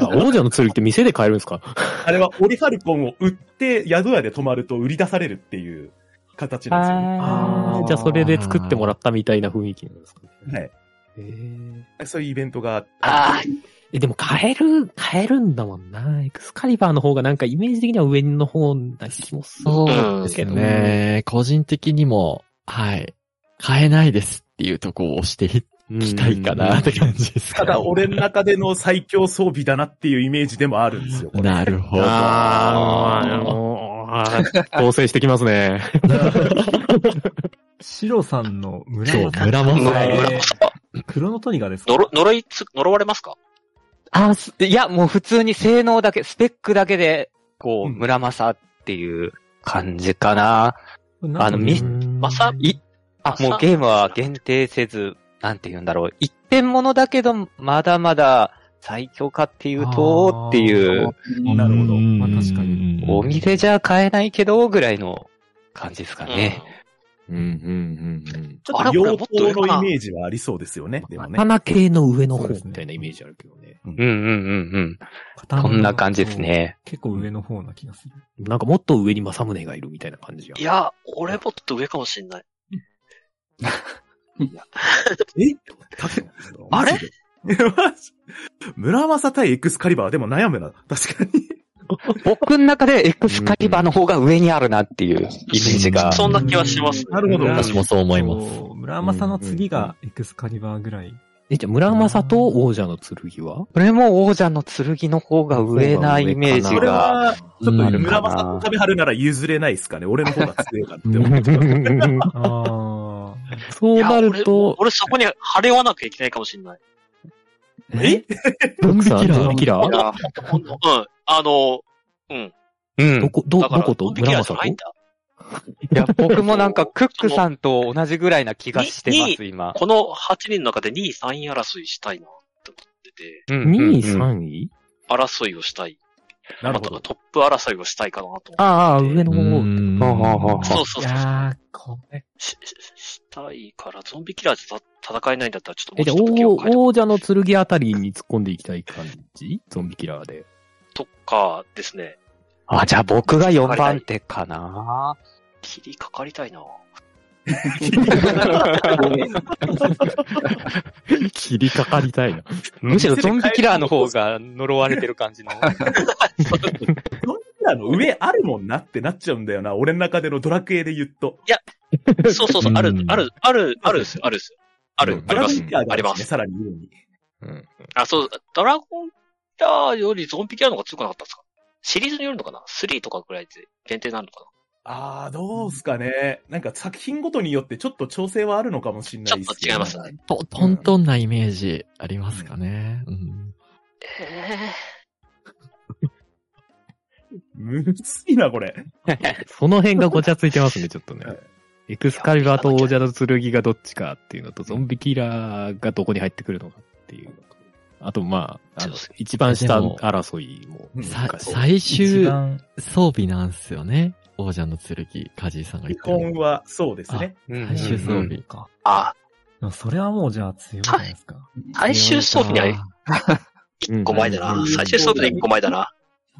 A: あ [laughs] 王者の剣って店で買えるんですか
B: [laughs] あれはオリファルコンを売って宿屋で泊まると売り出されるっていう形なん
A: あーじゃあそれで作ってもらったみたいな雰囲気なんですかね。
B: ですよね。はい
A: へー
B: そういうイベントが
G: ああ、
A: え、でも買える、買えるんだもんな。エクスカリバーの方がなんかイメージ的には上の方な気もする。
D: そうですね、個人的にも、はい、買えないですっていうとこを押していきたいかなって感じですか
B: た
D: ね、
B: だ俺の中での最強装備だなっていうイメージでもあるんですよ。
D: なるほど。
A: あーあのー、あー合成してきますね。
E: 白さんの村
D: そう、
E: 正
D: 村も
G: の
E: はい
G: 村こそは
E: クロノトリガーですか
G: 呪 [laughs] 呪いつ、呪われますか
I: あ、すいや、もう普通に性能だけ、スペックだけで、こう、
B: うん
I: 村正っていう感じかな。あのミス
A: ま
G: マサ、
I: い、あ、もうゲームは限定せず、なんて言うんだろう。一点ものだけど、まだまだ最強かっていうと、っていう、
B: なるほど
E: まあ確かに
I: お店じゃ買えないけど、ぐらいの感じですかね。
A: うんうんうんうん。
B: ちょっと妖刀のイメージはありそうですよね。でもね。
A: 花系の上の方みたいなイメージあるけどね。
I: うんうんうんうん。
E: こ
I: こんな感じです。ね。
E: 結構上の方な気がする。
A: なんかもっと上に政宗がいるみたいな感じや
G: い。や、俺もっと上かもしんない。
B: えあれ村正対エクスカリバーでも悩むな。確かに。
I: 僕の中でエクスカリバーの方が上にあるなっていうイメージが。
G: そんな気はします。
B: なるほど
D: 私もそう思います。
E: そう。村正の次がエクスカリバーぐらい。
A: え、じゃあ村正と王者の剣は
I: これも王者の剣の方が上なイメージ
A: そ
B: こ
A: う
B: れ
A: だ
I: が。
B: は、ちょっと村
I: なる
B: 正
I: かな
B: と食べはるなら譲れないですかね。俺の方が強いかって思う。
I: [laughs]
E: [laughs] あ
A: そ
E: あ。
A: う
G: いや
A: なる
G: 俺
A: と、
G: 俺そこに張れ合わなきゃいけないかもしんない。
B: え
A: ゾンビキラー
D: ゾンビキ
A: ラ
G: ー
F: あ
G: ほんうん。あの、うん。
I: うん
A: ど。こ、ど、
G: だ
A: ど
G: から
A: こと
G: ゾンビキ
A: 村
G: ラーじ
A: 正
G: ゃ
A: と
G: ないんだ
I: いや、僕もなんか、クックさんと同じぐらいな気がしてます、今。
G: この8人の中で2位、3位争いしたいなって思ってて、
I: うんうんうん
A: 2位、3位
G: 争いをしたい。
B: なる
G: あ
B: ほ
G: と
B: ど。
G: トップ争いをしたいかなと思ってて。
A: ああ、上の
D: う
A: 方。
D: ん
I: はあはあはあはあ
G: そうそう
E: い
G: そう。
E: やー、これ。
G: し、ししたいから、ゾンビキラーとた戦えないんだったら、ちょっとも
A: え、
G: う
A: じ
G: ち
A: ゃ
G: ょ
A: あ
G: っと武器を変え
A: 王、
G: と
A: 王者の剣あたりに突っ込んでいきたい感じゾンビキラーで。
G: とかですね、
I: あ、じゃあ僕が4番手かな。
G: 切りかかりたいな。
A: 切りかかりたいな。
I: [laughs] むしろゾンビキラーの方が呪われてる感じの。
B: あの、上あるもんなってなっちゃうんだよな。俺の中でのドラクエで言うと。
G: そうそうそう、ある
D: う、ん
G: ある、ある、あるですよ、あるですよ。ある、
B: ド
G: あり
B: ラ
G: ま
B: ゴン
G: す
B: キラー。が
G: あり
B: るん
G: ま
B: ですね、
G: す。
B: さらに上に。
A: うん
G: あ、そう、ドラゴンキラーよりゾンビキラーの方が強くなかったですかシリーズによるのかな ?3 とかぐらいで限定になるのか
B: ああ、どうすかね。なんか作品ごとによってちょっと調整はあるのかもしれないですけど
G: ちょっと違います
D: と、トントンなイメージありますかね。うん。
G: なえ
B: むずいな、これ。
A: [laughs] その辺がごちゃついてますね、ちょっとね
B: はい。
A: エクスカリバーと王者の剣がどっちかっていうのと、ゾンビキラーがどこに入ってくるのかっていうのと。あと、まあ、あの
G: そうです、
A: 一番下
D: でも
A: 争いも
D: さ
A: 昔。
D: 最
E: 一
D: 終
E: 番、
D: 装備なんですよね。王者の剣、カジーさんが言
B: 離
D: って
B: 婚
D: る。
B: は、そうですね。
D: 最終装備。
E: か。
G: あ、
E: でもそれはもうじゃあ強いじゃないですか。
G: 最終装備には
D: 強いか
G: 1個前だ
A: う。
G: なん最終装備で1個前だな。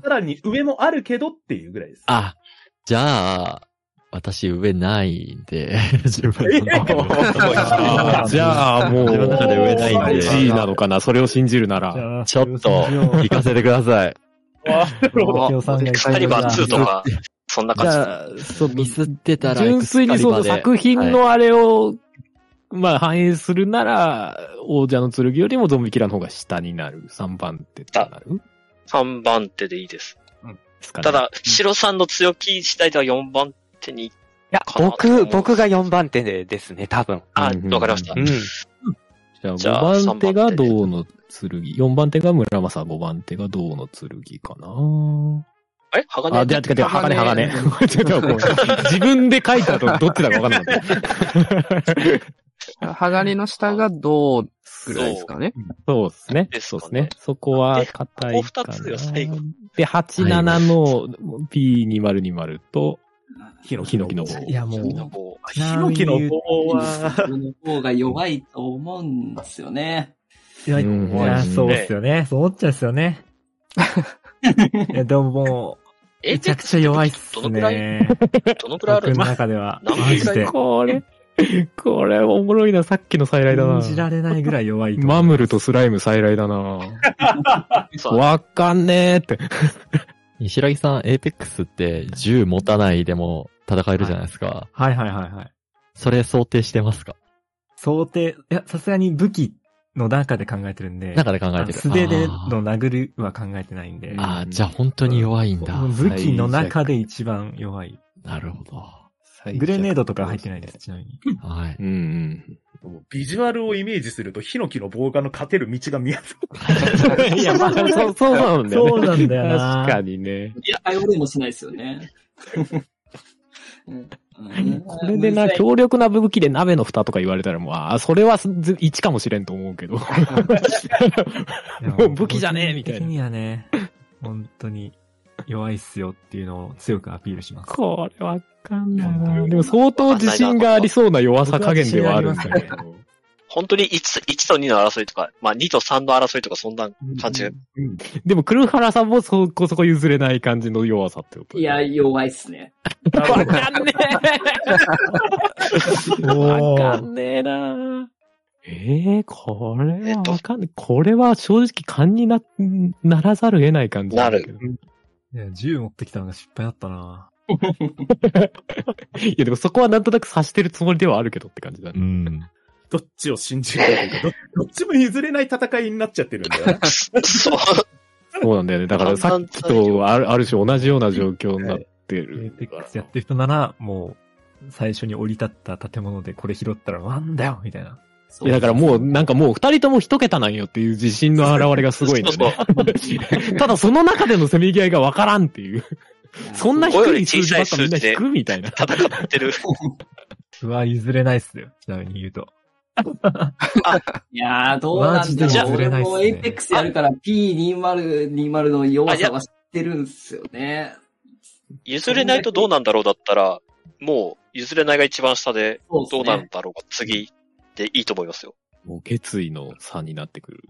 B: さらに上もあるけどっていうぐらいです。
D: あ、じゃあ、私上ないんで、 [laughs] 自
B: [laughs]
D: 分の中で
A: [laughs] あーじゃあ、もう、
D: 自分の中で上ないんで
A: G なのかな、それを信じるな
E: じ
A: ら。
E: ゃあ
D: ちょっと、行かせてください。
G: エクスカリバー2とか、そんな
D: じ
G: 感じ。
D: ゃあ、そう、ミスってたら、
A: 純粋にその作品のあれを、まあ反映するなら、王者の剣よりもゾンビキラーの方が下になる。3番手となる
G: 3番手でいいです。
A: ですかね
G: た、だ、白さんの強気次第では4番手に、
I: いや、僕、僕が4番手でですね、多分。
G: あ、
A: うんうん
G: わかりました
I: う。ん。
A: じ
G: じ
A: ゃ
G: ゃ
A: あ
G: あ
A: 5番手が
G: 三番手
A: 銅の剣。4番手が村正、5番手が銅の剣かな
G: あれ鋼
A: あ、じゃあ、てか、てか、鋼、鋼。 [laughs]
F: 鋼
A: ちょっとごめん自分で書いたとどっちだかわかんなかった。
F: 鋼の下が銅ぐらいですかね。
A: そうですね。
G: です
A: そ
G: か
A: う
G: ね
A: ですね。そこは硬い
G: こ
A: か
G: こ
A: な
G: 二つよ最後。
A: で、87の P2020 と、
B: ヒノ
A: ヒノキの棒。
E: いやもう、
G: の棒
E: ちな
B: ヒ
E: み
B: ノ
E: に
B: キの
E: 言う
B: 棒は、
H: の方が弱いと思うんですよね。
E: いや、
A: うん
E: いやそうっすよね。そう思っちゃうっすよ
A: [laughs]
E: ね。いや、でももう、
G: え
E: めちゃくちゃ弱いっ
G: ど
E: す
G: のくらい、
E: ね。
G: どのくらいあ
E: 僕
G: る
E: の
G: の
E: 中では。
G: 何
E: マジで。
A: これ、これおもろいな、さっきの再来だ
E: 信じら
A: な。
E: れないぐらい弱いと思います。
A: マムルとスライム再来だな。
G: [laughs] さあ
A: わかんねえって。
D: 西木さん、エーペックスって銃持たないでも戦えるじゃないですか。
E: はいはいはいはい。
D: それ想定してますか
E: 想定、いや、さすがに武器の中で考えてるんで。
D: 中で考えてる。
E: 素手で
D: あ
E: の殴るは考えてないんで。
D: ーあー、じゃあ本当に弱いんだ。
E: もう武器の中で一番弱い。
D: なるほど。
E: グレネードとか入ってないです、。ちなみに。
D: はい。
A: うんうん。
B: ビジュアルをイメージすると、ヒノキの棒がの勝てる道が見えた。
A: いや、まあ、そう、そうなんだよね。
E: そうなんだよな
A: 確かにね。
H: いや、頼れもしないですよね。
A: これでな、強力な武器で鍋の蓋とか言われたらもう、ああ、それは1かもしれんと思うけど。 [laughs] もう武器じゃねえみたいな
E: 個人的にはね、本当に弱いっすよっていうのを強くアピールします。
A: これわかんないな。でも相当自信がありそうな弱さ加減ではあるんだけど。
G: 本当に 1, 1と2の争いとか、まあ2と3の争いとかそんな感じ。
A: でも、黒原さんもそこそこ譲れない感じの弱さってこと。
H: いや、、弱いっすね。
A: わかんねえわかんねえなええこれはわかんねえ。これは正直勘にな、ならざるを得ない感じんだけど。
E: いや、銃持ってきたのが失敗だったない
A: [laughs] や、でもそこはなんとなく察してるつもりではあるけどって感じだ
D: う
A: ね。
D: ん。
B: どっちを信じるかというか、どどっちも譲れない戦いになっちゃってるんだよな。
G: そう。
A: そうなんだよね。だからさっきとあるある種同じような状況になって
E: エー
A: る
E: ペ
A: か
E: ッ
A: ら
E: クスやってる人なら、もう、最初に降り立った建物でこれ拾ったら、ワンだよみたいな。
A: いや、だからもう、なんかもう二人とも一桁なんよっていう自信の表れがすごいんだよね。ただその中でのせめぎ合いがわからんっていう。 [laughs] そんな低い数字だったらみんな引くみたいな。
G: 戦ってる。
E: [laughs] うわ、譲れないっすよ。ちなみに言うと。
H: いやー、どうなんだ
E: マジで
H: ろう。
E: 譲れ
H: 俺
E: ないっすね
H: もエイペックスやるから P2020 の弱さは知ってるんすよね。
G: 譲れないとどうなんだろうだったら、もう譲れないが一番下で、
H: そうっす
G: ど
H: ね
G: うなんだろうが次でいいと思いますよ。
A: もう決意の差になってくる。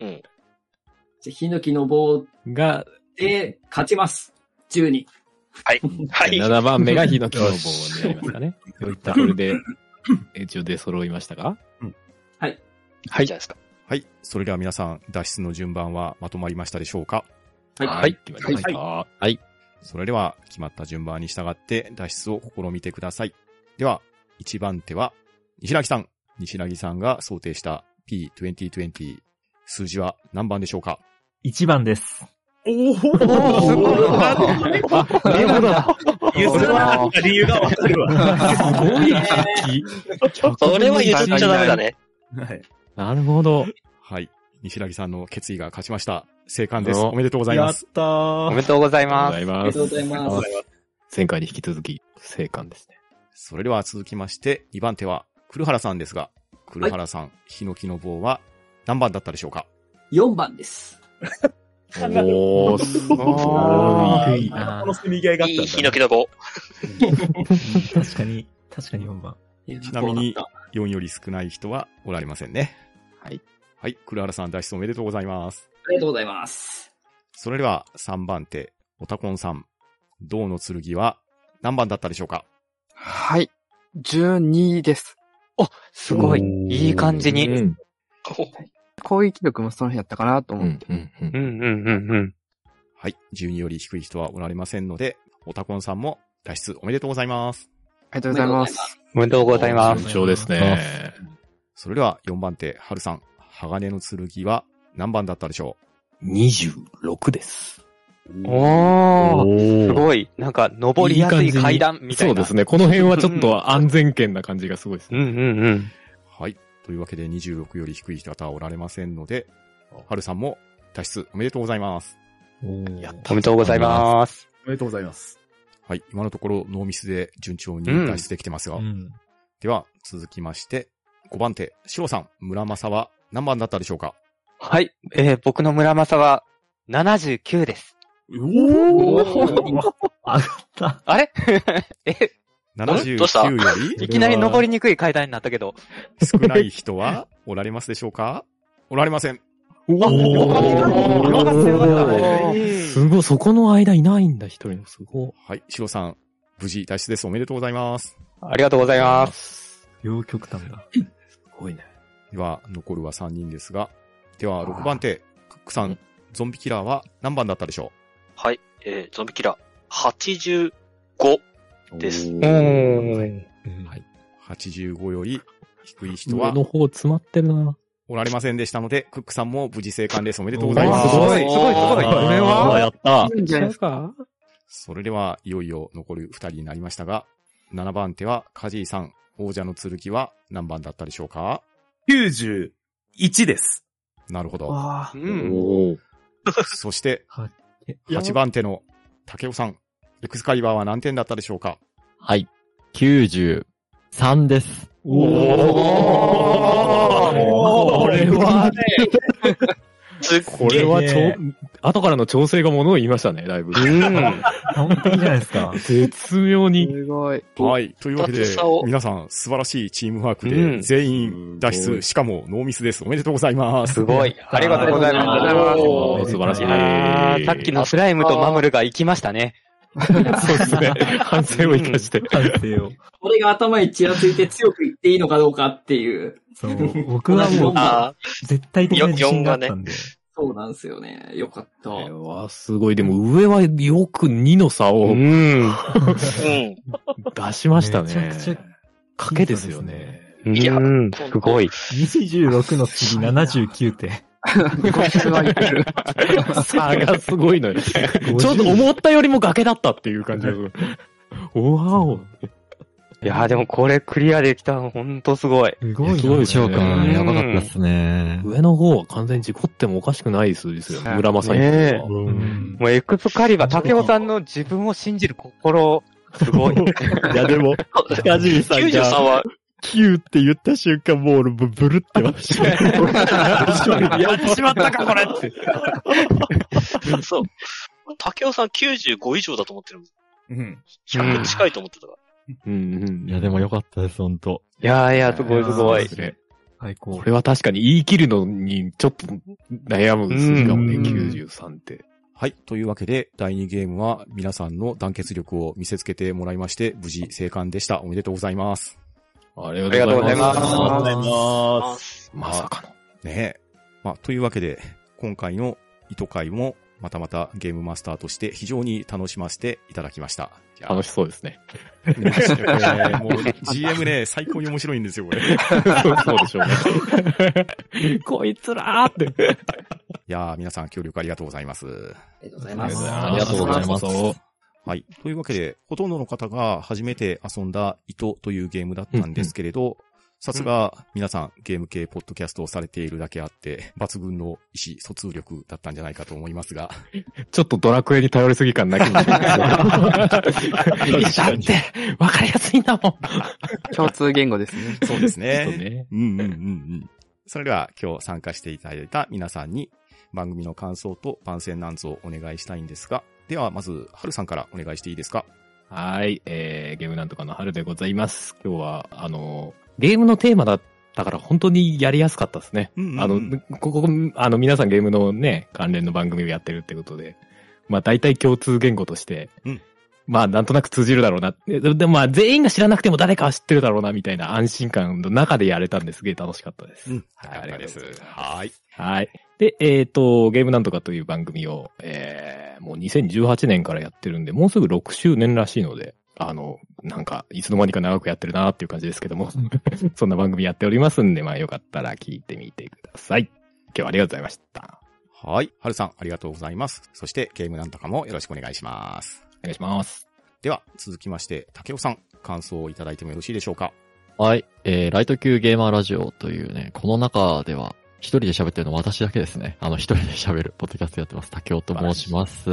H: じゃあ、ヒノキの棒
A: が、
H: で勝ちます。12。
E: [laughs]
G: はい。はい。
A: 7番目がヒノキの棒に
H: [laughs]
A: なります
C: [laughs]
A: かね。そういったこれで、一応出揃いましたか
G: はい。いいじゃないですか。
C: はい。それでは皆さん、脱出の順番はまとまりましたでしょうか
H: はい
A: 決まりました。はい。
C: それでは、決まった順番に従って脱出を試みてください。では、1番手は、西渚さん。西渚さんが想定した P2020。数字は何番でしょうか
E: 1
B: [laughs]
E: 番です。
B: おおすごい
I: すごい
A: あ、なるほど。
B: 譲らなかった理由がわかる
C: [laughs]
B: わ。
A: すごい書き。
G: それは譲っちゃダメだね。
B: はい。
A: なるほど。
C: はい。西渚さんの決意が勝ちました。正解です。
A: お
C: おめでとうございます。
B: た
I: お
B: ー。
I: めでとうござい
A: あ
I: ます。
A: り
H: あ
A: が
H: りが
A: と
H: と
A: うご
H: うご
A: ざ
H: ざ
A: い
H: い
A: ます。
H: ます。
A: 前回に引き続き、生還ですね。
C: それでは続きまして、2番手は、黒原さんですが、黒原さん、ヒノキの棒は何番だったでしょうか
H: 4番です。
A: おー、すご
E: [laughs]
A: い。
E: あ
B: このせめぎ合いがあっ
G: い
B: た
G: い
B: んだ
G: ヒノキの棒。
E: ー確かに、確かに4番。
C: ちなみに、4より少ない人はおられませんね。
A: はい。
C: はい。黒原さん、脱出おめでとうございます。
H: ありがとうございます。 [laughs]
C: それでは、3番手、オタコンさん、銅の剣は何番だったでしょうか
F: はい。12です。
I: すごい。
A: うん
I: いい感じに。
A: う
I: うん
A: ん、
F: 攻撃力もその辺やったかなと
A: う
F: 思っ
A: ん
F: て。、
A: うんう。
I: うんんうんうん。
C: はい。12より低い人はおられませんので、オタコンさんも脱出おめでとうございます。
F: ありがとうございます。
I: おめでとうございます。
A: 順調ですね。
C: それでは、4番手、ハルさん、鋼の剣は何番だったでしょう
A: 26です。
I: おー。
A: ー
I: すごい。なんか、登りやすい階段みたい
A: そう
I: な。
A: ですね。この辺はちょっと安全圏な感じがすごいです
I: う
A: ね。
I: んうんうん。
C: はい。というわけで26より低い方はおられませんので、ハルさんも脱出おめでとうございます。
A: やっ
I: おめでとうございます。
B: おめでとうございます。
C: はい。今のところノーミスで順調に
I: うん
C: 脱出できてますが。
E: うん。
C: では、続きまして、5番手、シロさん、村正は何番だったでしょうか
I: はい。えー、僕の村正は、79です。
B: お
E: 上がった。
I: あれえ、
C: ?79
G: どうした
C: よ
I: [laughs] いきなり登りにくい階段になったけど。
C: り少ない人はおられますでしょうかおられません。
A: お
I: おー
A: ーすごい、そこの間いないんだ、一人の。すごい。
C: はい。シロさん、無事脱出です。おめでとうございます。
I: ありがとうございます。
E: 両極端だ。
A: すごいね。
C: では、残るは3人ですが。では、6番手、クックさん、ゾンビキラーは何番だったでしょ
G: はい。えー、ゾンビキラー。85。です
I: うーん。
C: う ?85 より低い人
A: 上
C: は
A: の方詰まってるな。
C: おられませんでしたので、クックさんも無事生還です。おめで
E: り
C: とうございます。
A: すごい
I: すごいすごいこ
E: こ
I: れは
E: やった。
F: いいんじゃないですか。
A: か
C: それでは、いよいよ残る2人になりましたが、7番手はカジーさん、王者の剣は何番だったでしょうか
B: 91です。
C: なるほど。
F: わあ
I: うん。
C: [laughs] そして、
E: はい
C: 8番手の竹尾さん、エクスカリバーは何点だったでしょうか
D: はい。93です。
I: おーこれはね、
G: すっ
A: こ
G: げ
A: れ
G: え。
A: はちょ、後からの調整がものを言いましたね、だいぶ。 [laughs]
I: うん。
E: 完璧じゃないですか。
A: 絶妙に。
F: すごい。
C: はい。というわけで
G: 一発差を、
C: 皆さん素晴らしいチームワーク
I: う
C: で
I: ん
C: 全員脱
A: すご
C: 出、
A: い
C: しかもノーミスです。おめでとうございます。
I: すごい。ありがとうござ
F: あ
I: い
F: りがと
I: ま
F: う
A: おー素晴ら
I: す。
A: し
I: い
A: い。
I: やーさっきのスライムとマムルが生きましたね。
A: そうですね。反省を生かして。
E: 判定を。
H: 俺が頭にちらついて強く言っていいのかどうかっていう。
E: そう。僕は
H: [laughs]
E: もう、
G: あ
E: 絶対的な自信があったんで。
H: そうなんですよね。よかった。
A: これはすごい。でも上はよく2の差
I: う
A: を
I: ん。
G: ー、
A: 出しましたね。
E: めちゃくちゃ
A: 賭けですよね。
I: うん。
G: いや
I: すごい。
E: 26の次79点。
A: 差がすごいのよ。ちょっと思ったよりも崖だったっていう感じがする。おわお。
I: いやーでもこれクリアできたのほんとすごい。
E: すごいな。
A: すごいでし
D: 翔
A: ょう
D: く
A: か
D: ん、やばかったっすね。
A: 上の方は完全に事故ってもおかしくない数字ですよね。村正
I: ねえ
A: 彦
E: う
A: は。
E: ん。
I: もうエクスカリバー、竹尾さんの自分を信じる心、すごい。
D: いやでも、ヤジミさん
G: 93
D: が
G: は、
D: 9って言った瞬間、もう俺ブブルってま
A: [laughs]
D: した。
I: [laughs] やっちまったかこれって。
G: そう。竹尾さん95以上だと思ってるもん。
B: うん。
G: 100近いと思ってたから。
A: うんうん
D: いやでもよかったです、ほんと。
I: いやーいやー、すごいすごい。
E: 最高
A: こ。れは確かに言い切るのにちょっと悩む数字かもね、
I: うん
A: 93って。
C: はい。というわけで、第2ゲームは皆さんの団結力を見せつけてもらいまして、無事生還でした。おめでとうございます。
A: あり
I: がとうございます
B: ありがとうございます。
A: まさかの。
C: ねえ。まあ、というわけで、今回の糸会も、またまたゲームマスターとして非常に楽しませていただきました。じゃあ
A: 楽しそうですね。
C: ねえもう GM ね、最高に面白いんですよ、これ。い
A: [laughs] そうでしょうね。 [laughs] こいつらーって。
C: やー皆さん協力ありがとうございます。
H: りがとうございま
E: ありがとうご
H: す
E: ざい。ます
A: ありがとうございます。
C: はい。というわけで、ほとんどの方が初めて遊んだ糸というゲームだったんですけれど、さすが皆さんゲーム系ポッドキャストをされているだけあって、抜群の意思疎通力だったんじゃないかと思います
H: [laughs]
C: が、
A: ちょっとドラクエに頼りすぎ感なきにしますけど [laughs] いやだ [laughs] って、わかりやすいんだもん。
C: [laughs]
F: 共通言語ですね。
C: そうですね。
A: そうね
C: うんうんうんうん。それでは今日参加していただいた皆さんに番組の感想と番宣なんぞをお願いしたいんですが、ではまず、はるさんからお願いしていいですか
A: はい、えー、ゲームなんとかの春でございます。今日は、あの、ゲームのテーマだったから本当にやりやすかったですね。
C: うんうんうん
A: あの、ここ、あの、皆さんゲームのね、関連の番組をやってるってことで、まあ大体共通言語として、
C: うん
A: まあなんとなく通じるだろうな。ででもまあ全員が知らなくても誰かは知ってるだろうな、みたいな安心感の中でやれたんですげえ楽しかったです。
C: うん、
A: はいありがとうございます
C: はい。
A: はい。で、えっ、と、ゲームなんとかという番組を、えー、もう2018年からやってるんで、もうすぐ6周年らしいので、あの、なんか、いつの間にか長くやってるなっていう感じですけども、 [laughs] そんな番組やっておりますんで、まあよかったら聞いてみてください。今日はありがとうございました。
C: はい。はるさん、ありがとうございます。そして、ゲームなんとかもよろしくお願いします。
A: お願いします。
C: では、続きまして、竹尾さん、感想をいただいてもよろしいでしょうか
D: はい。えー、ライト級ゲーマーラジオというね、この中では、一人で喋ってるのは私だけですね。あの、一人で喋る、ポッドキャストやってます。竹雄と申します。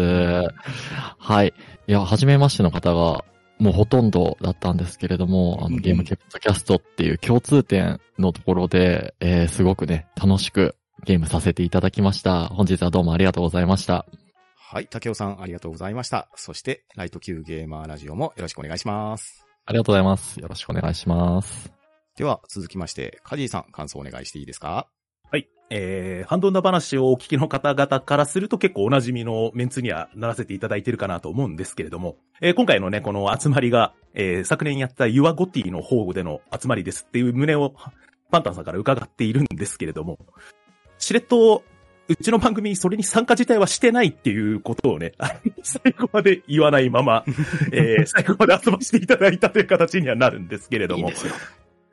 D: はい。いや、初めましての方が、もうほとんどだったんですけれども、あ
C: うんう
D: の、
C: ん
D: ゲーム系ポッドキャストっていう共通点のところで、えー、すごくね、楽しくゲームさせていただきました。本日はどうもありがとうございました。
C: はい。竹尾さん、ありがとうございました。そして、ライト級ゲーマーラジオもよろしくお願いします。
D: ありがとうございます。よろしくお願いします。
C: では、続きまして、カジーさん、感想お願いしていいですか
B: はい。えー、ハンドンダ話をお聞きの方々からすると結構お馴染みのメンツにはならせていただいてるかなと思うんですけれども、えー今回のね、この集まりが、えー昨年やったユアゴティの保護での集まりですっていう旨をパンタンさんから伺っているんですけれども、しれっと、うちの番組にそれに参加自体はしてないっていうことをね、 [laughs] 最後まで言わないま [laughs] ま、えー最後まで集ましていただいたという形にはなるんですけれども、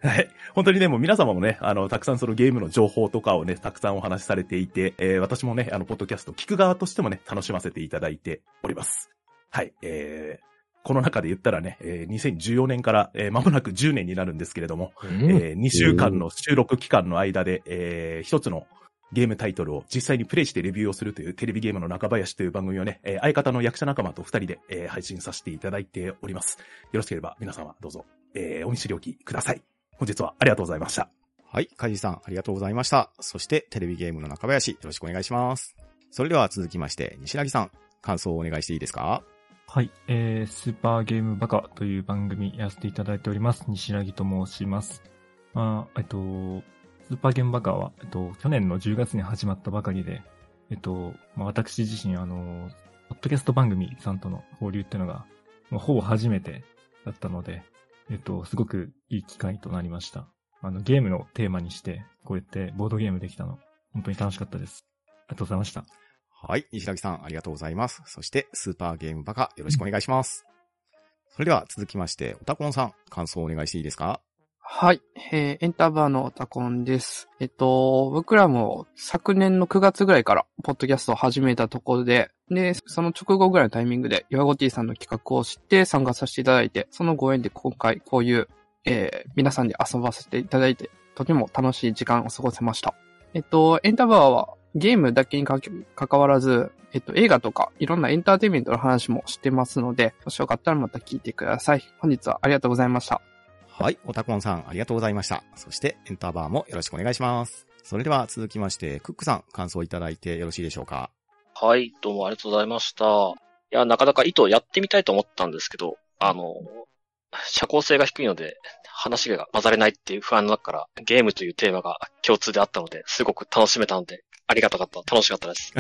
B: はい。本当にね、もう皆様もね、あの、たくさんそのゲームの情報とかをね、たくさんお話しされていて、えー私もね、あの、ポッドキャスト聞く側としてもね、楽しませていただいております。はい。えー、この中で言ったらね、えー2014年から、えー間もなく10年になるんですけれども、え2週間の収録期間の間で、えー一つのゲームタイトルを実際にプレイしてレビューをするというテレビゲームの中林という番組をね、えー相方の役者仲間と二人で、えー配信させていただいております。よろしければ皆様どうぞ、えーお見知りおきください。本日はありがとうございました。
C: はい。カジーさん、ありがとうございました。そして、テレビゲームの中林、よろしくお願いします。それでは、続きまして、西成さん、感想をお願いしていいですか
E: はい、えー、スーパーゲームバカという番組やらせていただいております。西柳と申します。あーえっと、スーパーゲームバカは、えっと、去年の10月に始まったばかりで、えっと、まあ、私自身、あの、ポッドキャスト番組さんとの交流っていうのが、まあ、ほぼ初めてだったので、えっと、すごくいい機会となりました。あの、ゲームのテーマにして、こうやってボードゲームできたの、本当に楽しかったです。ありがとうございました。
C: はい。西崎さん、ありがとうございます。そして、スーパーゲームバカ、よろしくお願いします。それでは、続きまして、オタコンさん、感想をお願いしていいですか
F: はい。えーエンターバーのオタコンです。えっと、僕らも昨年の9月ぐらいから、ポッドキャストを始めたところで、で、その直後ぐらいのタイミングで、ヨアゴティさんの企画を知って参加させていただいて、そのご縁で今回こういう、えー皆さんで遊ばせていただいて、とても楽しい時間を過ごせました。えっと、エンターバーはゲームだけにかけ関わらず、えっと、映画とかいろんなエンターテインメントの話もしてますので、もしよかったらまた聞いてください。本日はありがとうございました。
C: はい。オタコンさん、ありがとうございました。そして、エンターバーもよろしくお願いします。それでは、続きまして、クックさん、感想いただいてよろしいでしょうか
G: はい、どうもありがとうございました。いや、なかなか糸をやってみたいと思ったんですけど、あの、社交性が低いので、話が混ざれないっていう不安の中から、ゲームというテーマが共通であったので、すごく楽しめたので、ありがたかった。楽しかったです。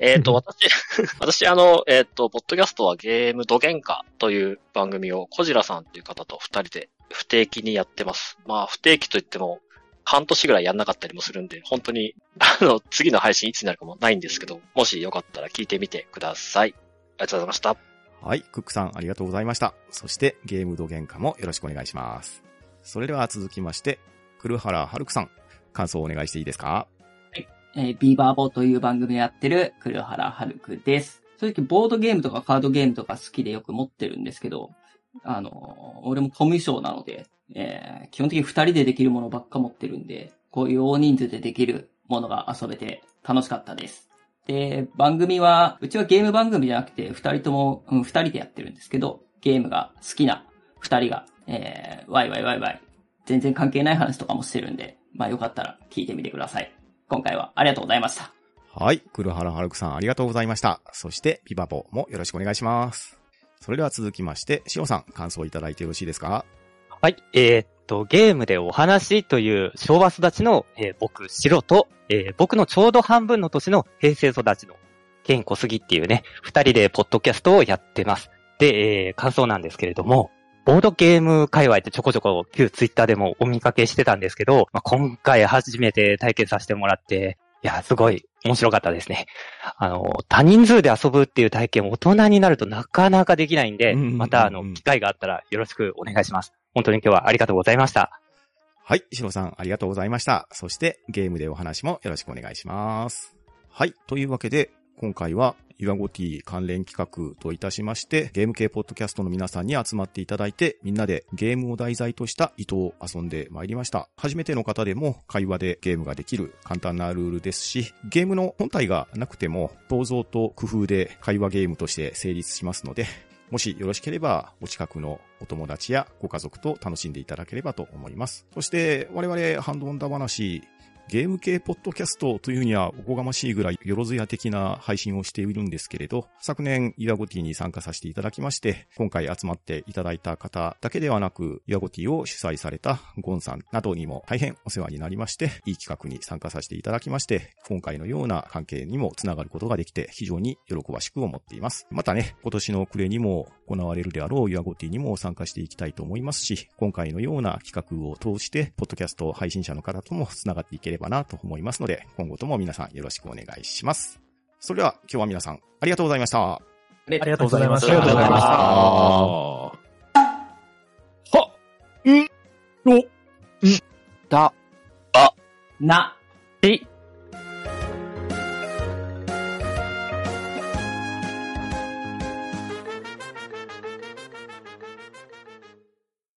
G: えっと、私、 [laughs] 私、あの、えっ、と、ポッドキャストはゲームドゲンカという番組を、コジラさんという方と二人で不定期にやってます。まあ、不定期といっても、半年ぐらいやんなかったりもするんで、本当に、 [laughs] あの、次の配信いつになるかもないんですけど、もしよかったら聞いてみてください。ありがとうございました。
C: はい、クックさんありがとうございました。そしてゲームドゲンカもよろしくお願いします。それでは続きまして、黒原春樹さん、感想をお願いしていいですか
H: えービーバーボーという番組をやってる黒原春くです。正直ボードゲームとかカードゲームとか好きでよく持ってるんですけど、あのー俺もコミュ障なので、えー基本的に二人でできるものばっか持ってるんで、こういう大人数でできるものが遊べて楽しかったです。で、番組は、うちはゲーム番組じゃなくて、二人とも、うん、二人でやってるんですけど、ゲームが好きな二人が、えー、ワイワイワイワイ、全然関係ない話とかもしてるんで、まあよかったら聞いてみてください。今回はありがとうございました。
C: はい、黒原春樹さんありがとうございました。そして、ビバボもよろしくお願いします。それでは続きまして、しおさん、感想いただいてよろしいですか
I: はい、えーっと、ゲームでお話という昭和育ちの、えー僕、白と、えー僕のちょうど半分の年の平成育ちの健小杉っていうね、二人でポッドキャストをやってます。で、えー感想なんですけれども、ボードゲーム界隈ってちょこちょこ旧ツイッターでもお見かけしてたんですけど、まあ、今回初めて体験させてもらって、いや、すごい面白かったですね。あの、多人数で遊ぶっていう体験、大人になるとなかなかできないんで、
C: うんうんうんうん
I: またあの、機会があったらよろしくお願いします。本当に今日はありがとうございました。
C: はい、しおさんありがとうございました。そして、ゲームでお話もよろしくお願いします。はい、というわけで、今回は、ユアゴティ関連企画といたしまして、ゲーム系ポッドキャストの皆さんに集まっていただいて、みんなでゲームを題材とした伊藤を遊んでまいりました。初めての方でも会話でゲームができる簡単なルールですし、ゲームの本体がなくても、想像と工夫で会話ゲームとして成立しますので、もしよろしければ、お近くのお友達やご家族と楽しんでいただければと思います。そして、我々、ハンドオンダ話、ゲーム系ポッドキャストというにはおこがましいぐらいよろずや的な配信をしているんですけれど、昨年イワゴティに参加させていただきまして、今回集まっていただいた方だけではなく、イワゴティを主催されたゴンさんなどにも大変お世話になりまして、いい企画に参加させていただきまして、今回のような関係にもつながることができて非常に喜ばしく思っています。またね、今年の暮れにも行われるであろうイワゴティにも参加していきたいと思いますし、今回のような企画を通して、ポッドキャスト配信者の方ともつながっていければなと思いますので、今後とも皆さんよろしくお願いします。それでは今日は皆さんありがとうございました。
E: ありがとうございました。
G: ありがとうございました
A: あ
B: は
F: だ、
H: な、
I: えい